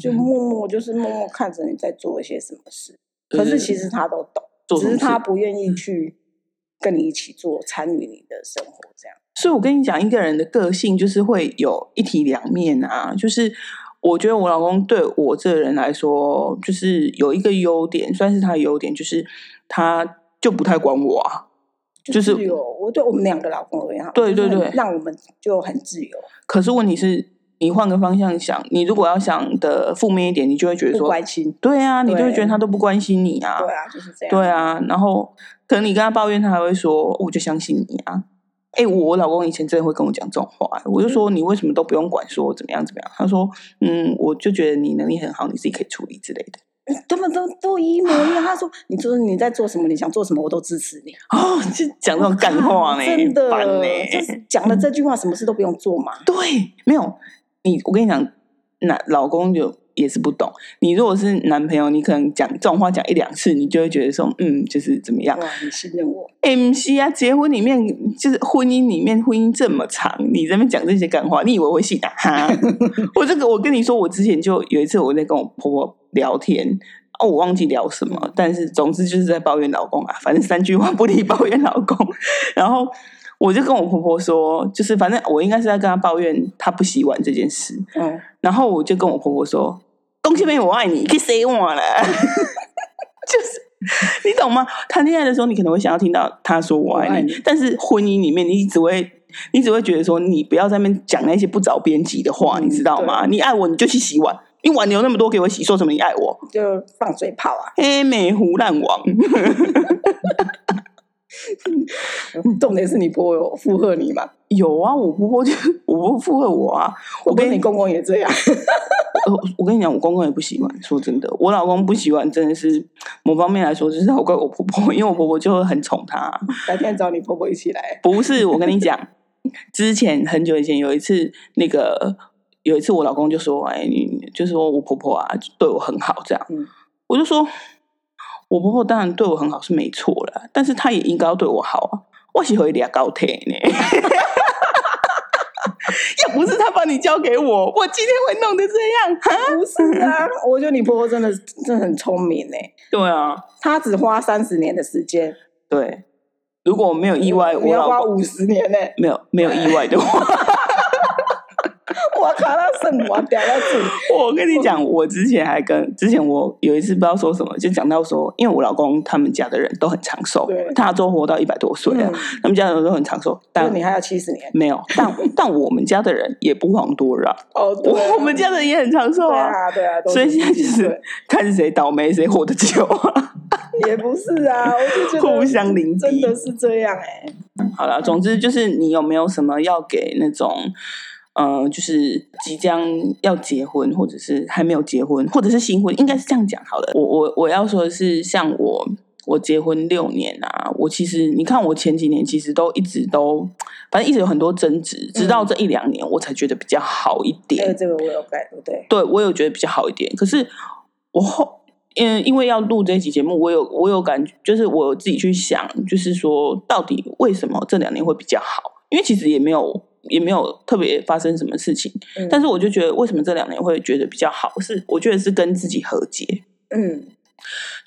Speaker 3: 就默默就是默默看着你在做一些什么事，可是其实他都懂，
Speaker 2: 做什
Speaker 3: 只
Speaker 2: 么
Speaker 3: 是
Speaker 2: 事嗯
Speaker 3: 他不愿意去跟你一起做，参与你的生活这样。
Speaker 2: 所以我跟你讲，一个人的个性就是会有一体两面啊。就是我觉得我老公对我这个人来说，就是有一个优点，算是他的优点，就是他就不太管我啊。就是
Speaker 3: 自由，我对我们两个老公而言，
Speaker 2: 对
Speaker 3: 就是
Speaker 2: 对对
Speaker 3: 很让我们就很自由，
Speaker 2: 可是问题是，你换个方向想，你如果要想的负面一点，你就会觉得
Speaker 3: 不
Speaker 2: 说，
Speaker 3: 关心。
Speaker 2: 对啊，你就会
Speaker 3: 对
Speaker 2: 觉得他都不关心你啊，
Speaker 3: 对啊，就是这样。
Speaker 2: 对，啊，然后可能你跟他抱怨，他还会说，哦我就相信你啊。哎、我老公以前真的会跟我讲这种话、我就
Speaker 3: 嗯
Speaker 2: 说你为什么都不用管说怎么样怎么样？他说，嗯，我就觉得你能力很好，你自己可以处理之类的。
Speaker 3: 他们都都一模一样。他说：“你就是你在做什么，你想做什么，我都支持你。”
Speaker 2: 哦， 就讲这种干话呢，
Speaker 3: 哦真的
Speaker 2: 烦，呢、
Speaker 3: 就是讲了这句话，什么事都不用做嘛。
Speaker 2: 对，没有你，我跟你讲，男老公就也是不懂。你如果是男朋友，你可能讲这种话讲一两次，你就会觉得说，嗯，就是怎么样
Speaker 3: 哇，你信任我，
Speaker 2: ？M C 啊，结婚里面就是婚姻里面，婚姻这么长，你在那边讲这些干话，你以为我会信啊？哈，我这个我跟你说，我之前就有一次我在跟我婆婆聊天。哦，我忘记聊什么，但是总之就是在抱怨老公啊，反正三句话不离抱怨老公。然后我就跟我婆婆说，就是反正我应该是在跟她抱怨她不洗碗这件事。
Speaker 3: 嗯，
Speaker 2: 然后我就跟我 婆婆说：“东西妹，我爱你，可以谁我了？”就是你懂懂吗？谈恋爱的时候，你可能会想要听到他说我爱你，
Speaker 3: 我爱你
Speaker 2: 但是婚姻里面，你只会。你只会觉得说，你不要在那边讲那些不着边际的话，
Speaker 4: 嗯
Speaker 2: 你知道吗？你爱我，你就去洗碗，你碗留那么多给我洗，说什么你爱我？
Speaker 4: 就放嘴炮啊！
Speaker 2: 黑美胡烂王，
Speaker 4: 重点是你婆有附和你嘛？
Speaker 2: 有啊，我婆婆就 我婆婆附和我啊，
Speaker 4: 我
Speaker 2: 跟
Speaker 4: 跟你公公也这样，
Speaker 2: 呃，我跟你讲，我公公也不喜欢。说真的，我老公不喜欢，真的是某方面来说，就是好怪我婆婆，因为我婆婆就很宠她。
Speaker 4: 改天找你婆婆一起来。
Speaker 2: 不是，我跟你讲，之前很久以前有一次，那个有一次我老公就说：“哎，你就是说我婆婆啊，对我很好这样。
Speaker 4: 嗯
Speaker 2: 我就说：“我婆婆当然对我很好是没错啦，但是她也应该要对我好啊。我喜欢俩高铁呢。” 要不是她把你交给我，我今天会弄得这样。 哈
Speaker 4: 不是啊，我觉得你婆婆真的真的很聪明呢、
Speaker 2: 对啊，
Speaker 4: 她只花三十年的时间，
Speaker 2: 对，如果没有意外，
Speaker 4: 你
Speaker 2: 我
Speaker 4: 要
Speaker 2: 老
Speaker 4: 花
Speaker 2: 公
Speaker 4: 五十年呢、
Speaker 2: 没有没有意外的话，
Speaker 4: 我靠，那圣母啊，屌到自己。
Speaker 2: 我跟你讲，我之前还跟之前我有一次不知道说什么，就讲到说，因为我老公他们家的人都很长寿
Speaker 4: 对，
Speaker 2: 他都活到一百多岁了，
Speaker 4: 嗯
Speaker 2: 他们家的人都很长寿，
Speaker 4: 那
Speaker 2: 但
Speaker 4: 你还要七十年
Speaker 2: 没有，但但我们家的人也不遑多让，
Speaker 4: 哦，对啊
Speaker 2: 我们家的人也很长寿
Speaker 4: 对
Speaker 2: 啊。
Speaker 4: 啊，对啊，都
Speaker 2: 所以
Speaker 4: 是
Speaker 2: 现在就
Speaker 4: 对
Speaker 2: 是看是谁倒霉，谁活得久啊！
Speaker 4: 也不是啊，我就觉得
Speaker 2: 互相凌
Speaker 4: 真
Speaker 2: 敌
Speaker 4: 的是这样哎、
Speaker 2: 好了，总之就是你有没有什么要给那种，呃，就是即将要结婚，或者是还没有结婚，或者是新婚，应该是这样讲好了。我我我要说的是，像我我结婚六年啊，我其实你看我前几年其实都一直都，反正一直有很多争执，直到这一两年我才觉得比较好一
Speaker 4: 欸，
Speaker 2: 点。
Speaker 4: 哎，这个我有改，对，
Speaker 2: 对我有觉得比较好一点。可是我后，嗯，因为要录这期节目，我有我有感觉，就是我有自己去想，就是说到底为什么这两年会比较好？因为其实也没有也没有特别发生什么事情，
Speaker 4: 嗯
Speaker 2: 但是我就觉得为什么这两年会觉得比较好，是我觉得是跟自己和解。
Speaker 4: 嗯，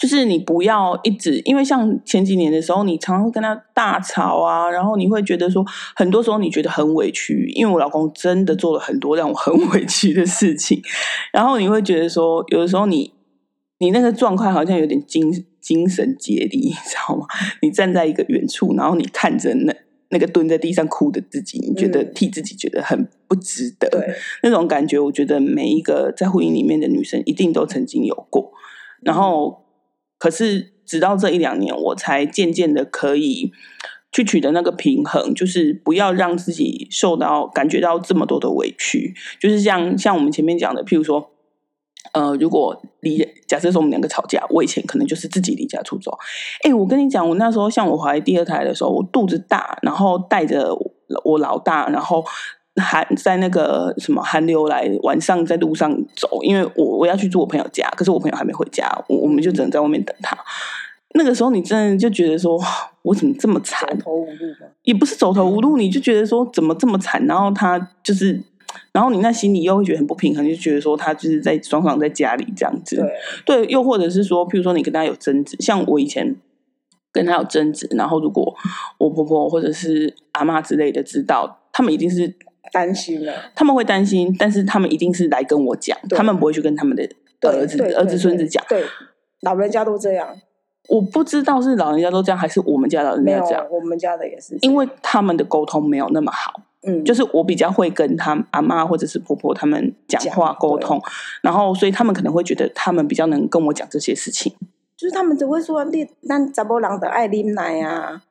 Speaker 2: 就是你不要一直，因为像前几年的时候，你常常会跟他大吵啊，然后你会觉得说，很多时候你觉得很委屈，因为我老公真的做了很多让我很 委屈的事情，然后你会觉得说，有的时候你你那个状态好像有点精精神竭力，你知道吗？你站在一个远处，然后你看着那那个蹲在地上哭的自己，你觉得
Speaker 4: 嗯
Speaker 2: 替自己觉得很不值得，
Speaker 4: 对，
Speaker 2: 那种感觉，我觉得每一个在婚姻里面的女生一定都曾经有过。然后，可是直到这一两年，我才渐渐的可以去取得那个平衡，就是不要让自己受到感觉到这么多的委屈。就是像像我们前面讲的，譬如说。呃，如果离假设说我们两个吵架，我以前可能就是自己离家出走。哎，我跟你讲，我那时候像我怀第二胎的时候，我肚子大，然后带着我老大，然后寒在那个什么寒流来，晚上在路上走，因为我我要去住我朋友家，可是我朋友还没回家，我我们就只能在外面等他。那个时候你真的就觉得说，哇我怎么这么惨
Speaker 4: 走？投无路嘛，
Speaker 2: 也不是走投无路，你就觉得说怎么这么惨，然后他就是，然后你那心里又会觉得很不平衡，就觉得说他就是在爽爽在家里这样子，
Speaker 4: 对，
Speaker 2: 对，又或者是说，譬如说你跟他有争执，像我以前跟他有争执，然后如果我婆婆或者是阿妈之类的知道，他们一定是
Speaker 4: 担心了，
Speaker 2: 他们会担心，但是他们一定是来跟我讲，
Speaker 4: 对
Speaker 2: 他们不会去跟他们的
Speaker 4: 对
Speaker 2: 儿子
Speaker 4: 对、
Speaker 2: 儿子、
Speaker 4: 对
Speaker 2: 孙子讲。
Speaker 4: 对，老人家都这样，
Speaker 2: 我不知道是老人家都这样，还是我们家老人
Speaker 4: 没
Speaker 2: 家
Speaker 4: 有
Speaker 2: 这样，，
Speaker 4: 我们家的也是这样，
Speaker 2: 因为他们的沟通没有那么好。
Speaker 4: 嗯，
Speaker 2: 就是我比较会跟他们阿妈或者是婆婆他们讲话
Speaker 4: 讲
Speaker 2: 沟通，然后所以他们可能会觉得他们比较能跟我讲这些事情。
Speaker 4: 就是他们只会说你咱查某人的爱啉奶啊，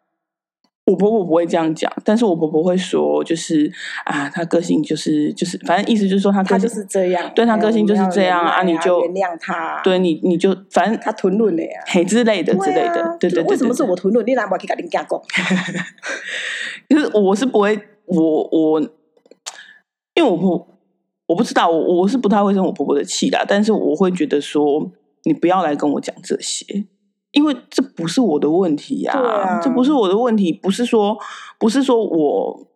Speaker 2: 我婆婆不会这样讲，但是我婆婆会说，就是啊，她个性就是就是，反正意思就是说她
Speaker 4: 他
Speaker 2: 个
Speaker 4: 就
Speaker 2: 性
Speaker 4: 是这样，
Speaker 2: 对他
Speaker 4: 哎
Speaker 2: 个性就是这样
Speaker 4: 我们要
Speaker 2: 啊你
Speaker 4: 忍耐
Speaker 2: 就
Speaker 4: 原谅他，
Speaker 2: 对，你你就反正
Speaker 4: 他吞论的呀。
Speaker 2: 嘿之类的之类
Speaker 4: 对
Speaker 2: 的
Speaker 4: 啊，
Speaker 2: 对对对，
Speaker 4: 为什么
Speaker 2: 对
Speaker 4: 是我吞论？你哪不去跟人家讲？
Speaker 2: 就是我是不会，我我，因为我婆我不知道，我我是不太会生我婆婆的气啦，但是我会觉得说，你不要来跟我讲这些，因为这不是我的问题呀、
Speaker 4: 对啊
Speaker 2: 这不是我的问题，不是说不是说我，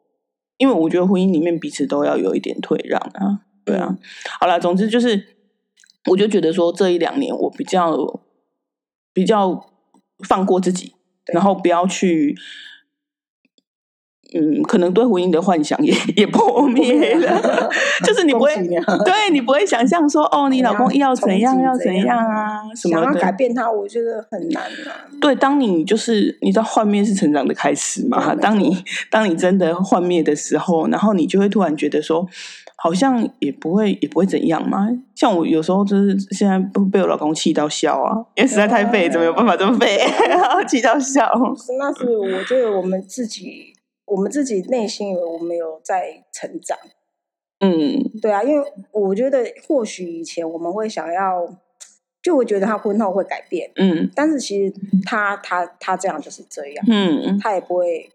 Speaker 2: 因为我觉得婚姻里面彼此都要有一点退让啊，对
Speaker 4: 嗯
Speaker 2: 啊，好啦，总之就是，我就觉得说这一两年我比较比较放过自己，然后不要去嗯，可能对婚姻的幻想也也破灭了， 就是你不会
Speaker 3: 恭喜你啊
Speaker 2: 对你不会想象说哦，你老公要怎样要怎样啊什
Speaker 3: 想
Speaker 2: 么
Speaker 3: 要改
Speaker 2: 的。
Speaker 3: 变他，我觉得很难啊。
Speaker 2: 对，当你就是你知道幻灭是成长的开始嘛？
Speaker 3: 对没
Speaker 2: 当你当你真的幻灭的时候，然后你就会突然觉得说，好像也不会也不会怎样嘛。像我有时候就是现在被被我老公气到笑啊，因为实在太废，怎么有办法这么废， 然后气到笑。
Speaker 3: 是那是我觉得我们自己，我们自己内心有我们有在成长。
Speaker 2: 嗯，
Speaker 3: 对啊，因为我觉得或许以前我们会想要，就会觉得他婚后会改变，
Speaker 2: 嗯
Speaker 3: 但是其实他他他这样就是这样，
Speaker 2: 嗯
Speaker 3: 他也不会，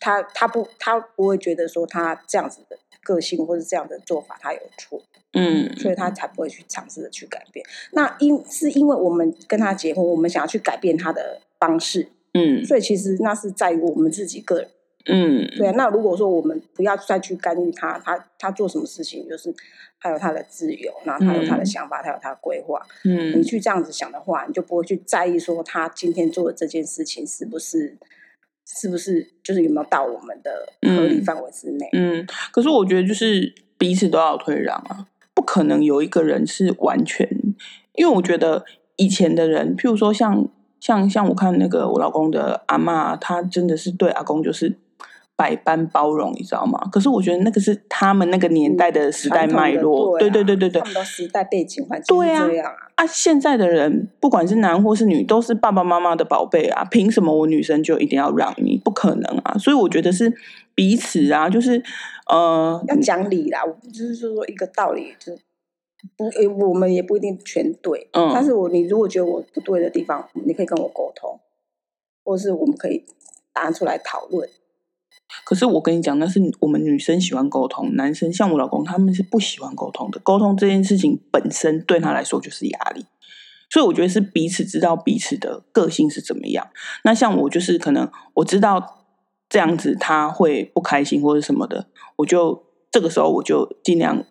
Speaker 3: 他他不他不会觉得说他这样子的个性或是这样的做法他有错，
Speaker 2: 嗯
Speaker 3: 所以他才不会去尝试的去改变。那因是因为我们跟他结婚，我们想要去改变他的方式，
Speaker 2: 嗯
Speaker 3: 所以其实那是在于我们自己个人。
Speaker 2: 嗯，
Speaker 3: 对啊，那如果说我们不要再去干预他，他他做什么事情，就是他有他的自由，然后他有他的
Speaker 2: 嗯
Speaker 3: 想法，他有他的规划。
Speaker 2: 嗯
Speaker 3: 你去这样子想的话，你就不会去在意说他今天做的这件事情是不是是不是就是有没有到我们的合理
Speaker 2: 嗯
Speaker 3: 范围之内。
Speaker 2: 嗯，可是我觉得就是彼此都要退让啊，不可能有一个人是完全，因为我觉得以前的人，譬如说像像像我看那个我老公的阿嬷，啊她真的是对阿公就是百般包容，你知道吗？可是我觉得那个是他们那个年代的时代
Speaker 3: 传统
Speaker 2: 脉
Speaker 3: 的
Speaker 2: 络，
Speaker 3: 对
Speaker 2: 对
Speaker 3: 啊
Speaker 2: 对对对对
Speaker 3: 他，们的时代背景环境
Speaker 2: 对
Speaker 3: 是
Speaker 2: 啊
Speaker 3: 这样啊，
Speaker 2: 啊，现在的人不管是男或是女，都是爸爸妈妈的宝贝啊，凭什么我女生就一定要让你？不可能啊！所以我觉得是彼此啊，就是呃，
Speaker 3: 要讲理啦，我就是说一个道理，就是不，呃我们也不一定全对，
Speaker 2: 嗯
Speaker 3: 但是我你如果觉得我不对的地方，你可以跟我沟通，或是我们可以拿出来讨论。
Speaker 2: 可是我跟你讲，那是我们女生喜欢沟通，男生像我老公他们是不喜欢沟通的。沟通这件事情本身对他来说就是压力，所以我觉得是彼此知道彼此的个性是怎么样。那像我就是可能我知道这样子他会不开心或者什么的，我就这个时候我就尽量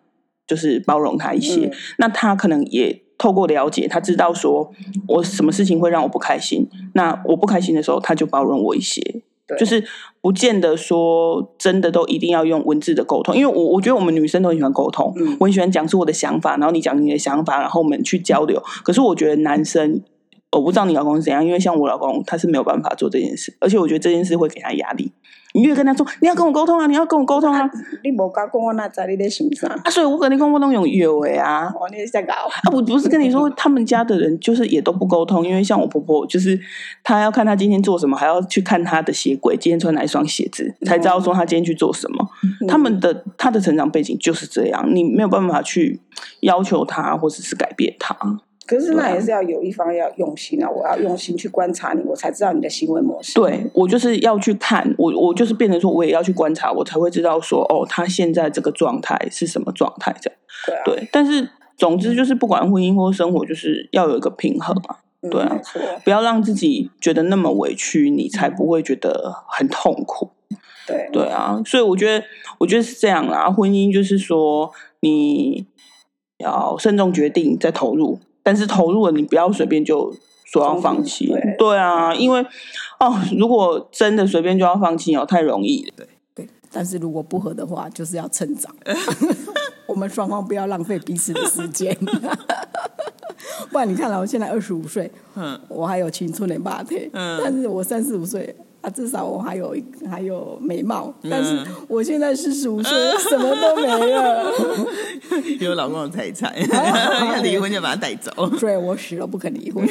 Speaker 2: 就是包容他一些。
Speaker 3: 嗯
Speaker 2: 那他可能也透过了解，他知道说我什么事情会让我不开心，那我不开心的时候他就包容我一些。
Speaker 3: 对
Speaker 2: 就是不见得说真的都一定要用文字的沟通，因为我我觉得我们女生都很喜欢沟通，
Speaker 3: 嗯
Speaker 2: 我很喜欢讲出我的想法，然后你讲你的想法，然后我们去交流。可是我觉得男生，我不知道你老公是怎样，因为像我老公他是没有办法做这件事，而且我觉得这件事会给他压力。你越跟他说你要跟我沟通啊，你要跟我沟通啊，
Speaker 3: 你无甲讲，我哪知你在想啥？
Speaker 2: 啊，所以我跟你讲我都用有诶啊。
Speaker 3: 哦，你是在 搞？
Speaker 2: 啊，不不是跟你说，他们家的人就是也都不沟通，因为像我婆婆，就是她要看她今天做什么，还要去看她的鞋柜，今天穿哪一双鞋子，才知道说她今天去做什么。
Speaker 3: 嗯
Speaker 2: 他们的她的成长背景就是这样，你没有办法去要求她或者是改变她。
Speaker 3: 可是
Speaker 2: 对啊
Speaker 3: 那也是要有一方要用心啊，我要用心去观察你，我才知道你的行为模式。
Speaker 2: 对我就是要去看，我我就是变成说，我也要去观察，我才会知道说，哦，她现在这个状态是什么状态这样。
Speaker 3: 对啊，
Speaker 2: 对，但是总之就是不管婚姻或生活，就是要有一个平衡啊。
Speaker 3: 嗯
Speaker 2: 对啊
Speaker 3: 没错，
Speaker 2: 不要让自己觉得那么委屈，你才不会觉得很痛苦。
Speaker 3: 对
Speaker 2: 对啊，所以我觉得，我觉得是这样啦。婚姻就是说，你要慎重决定再投入，但是投入了，你不要随便就说要放弃。
Speaker 3: 冲动对
Speaker 2: 啊，因为哦，如果真的随便就要放弃哦，太容易了。
Speaker 5: 对，但是如果不合的话，就是要趁早。 我们双方不要浪费彼此的时间， 不然你看了，我现在二十五岁，
Speaker 2: 嗯，
Speaker 5: 我还有青春的霸体，
Speaker 2: 嗯
Speaker 5: 但是我三十五岁啊，至少我还有一还有美貌，
Speaker 6: 嗯
Speaker 5: 但是我现在四十五岁，什么都没了，
Speaker 6: 有老公的财产，
Speaker 5: 哦
Speaker 6: 要离婚 就把他带走。
Speaker 5: 所以我死都不肯离婚。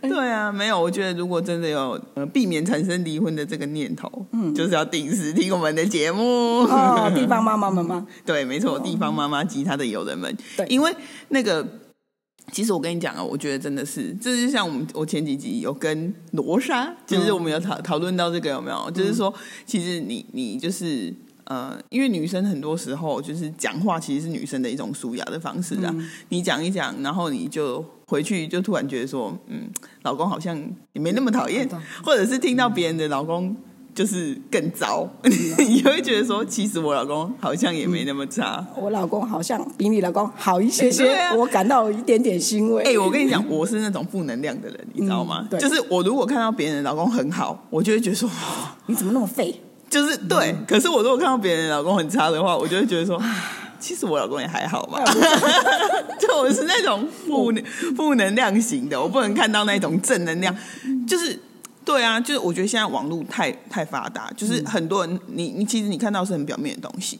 Speaker 5: 哎
Speaker 6: 对啊，没有，我觉得如果真的有呃避免产生离婚的这个念头，嗯，就是要定时听我们的节目。
Speaker 5: 哦，地方妈妈妈妈，
Speaker 6: 对，没错，地方妈妈及她的友人们，
Speaker 5: 对
Speaker 6: 因为那个。其实我跟你讲啊，我觉得真的是，这就像我们我前几集有跟罗莎，就是我们有讨讨论到这个有没有？就是说，其实你你就是呃，因为女生很多时候就是讲话，其实是女生的一种舒压的方式啊。你讲一讲，然后你就回去就突然觉得说，嗯，老公好像也没那么讨厌，或者是听到别人的老公就是更糟，
Speaker 5: 嗯
Speaker 6: 你会觉得说，其实我老公好像也没那么差。
Speaker 5: 我老公好像比你老公好一些些，
Speaker 6: 对啊
Speaker 5: 我感到有一点点欣慰。
Speaker 6: 哎、我跟你讲，我是那种负能量的人，你知道吗
Speaker 5: 嗯？对
Speaker 6: 就是我如果看到别人的老公很好，我就会觉得说，
Speaker 5: 你怎么那么废？
Speaker 6: 就是对。可是我如果看到别人老公很差的话，我就会觉得说， 唉其实我老公也还好吧。
Speaker 5: 嗯
Speaker 6: 就我是那种负能负能量型的，我不能看到那种正能量，
Speaker 5: 嗯
Speaker 6: 就是。对啊，就是我觉得现在网络太太发达，
Speaker 5: 嗯
Speaker 6: 就是很多人，你你其实你看到是很表面的东西，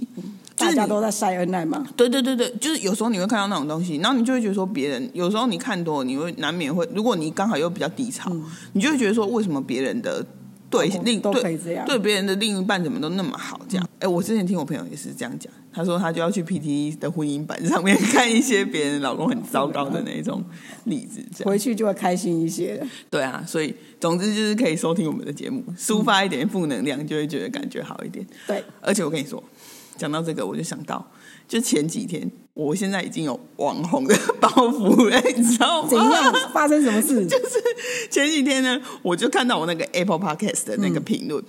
Speaker 6: 就
Speaker 5: 大
Speaker 6: 是
Speaker 5: 家
Speaker 6: 你
Speaker 5: 都在晒恩爱嘛，
Speaker 6: 对对对对，就是有时候你会看到那种东西，然后你就会觉得说别人有时候你看多了，你会难免会，如果你刚好又比较低潮，你就会觉得说为什么别人的对另
Speaker 5: 嗯都可以
Speaker 6: 对
Speaker 5: 这样。嗯
Speaker 6: 对别人的另一半怎么都那么好这样？哎、我之前听我朋友也是这样讲，他说他就要去 PT 的婚姻版上面 看一些别人老公很糟糕的那种例子，这样
Speaker 5: 回去就会开心一些了。
Speaker 6: 对啊，所以总之就是可以收听我们的节目，抒发一点负能量，就会觉得感觉好一点。
Speaker 5: 对，
Speaker 6: 而且我跟你说，讲到这个，我就想到，就前几天，我现在已经有网红的 包袱了，你知道
Speaker 5: 怎
Speaker 6: 吗？
Speaker 5: 样发生什么事？
Speaker 6: 前几天呢，我就看到我那个 Apple Podcast 的那
Speaker 5: 嗯
Speaker 6: 个评论，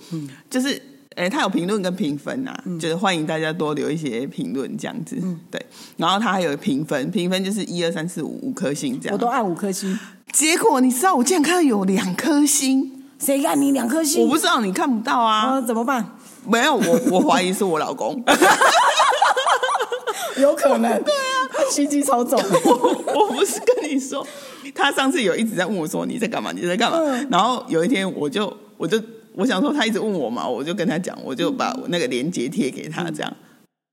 Speaker 6: 就是，诶、他有评论跟评分啊，
Speaker 5: 嗯
Speaker 6: 就是欢迎大家多留一些评论这样子，对。然后他还有评分，评分就是一二三四五五颗星这样。
Speaker 5: 我都按五颗星，
Speaker 6: 结果你知道，我竟然看到有两颗星，
Speaker 5: 谁按你两颗星？
Speaker 6: 我不知道你看不到啊，
Speaker 5: 啊，怎么办？
Speaker 6: 没有，我我怀疑是我老公。
Speaker 5: 有可能，对啊，心机超重。
Speaker 6: 我我不是跟你说，他上次有一直在问我说你在干嘛，你在干嘛？然后有一天我就我就我想说他一直问我嘛，我就跟他讲，我就把我那个链接贴给他，这样、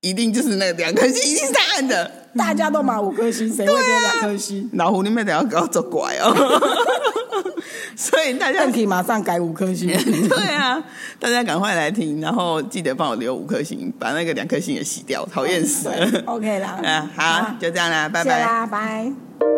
Speaker 6: 一定就是那两颗星，一定是他按的。
Speaker 5: 大家都买五颗星，谁会给两颗星？
Speaker 6: 老狐狸妹得要给我走拐 哦，所以大家。
Speaker 5: 邓。体马上改五颗星
Speaker 6: 啊对啊，大家赶快来听，然后记得帮我留五颗星，把那个两颗星也洗掉，讨厌死了。
Speaker 5: OK 啦，
Speaker 6: 哦 啊嗯，好，就这样啦，拜
Speaker 3: 谢
Speaker 6: 拜。
Speaker 3: 啦，拜。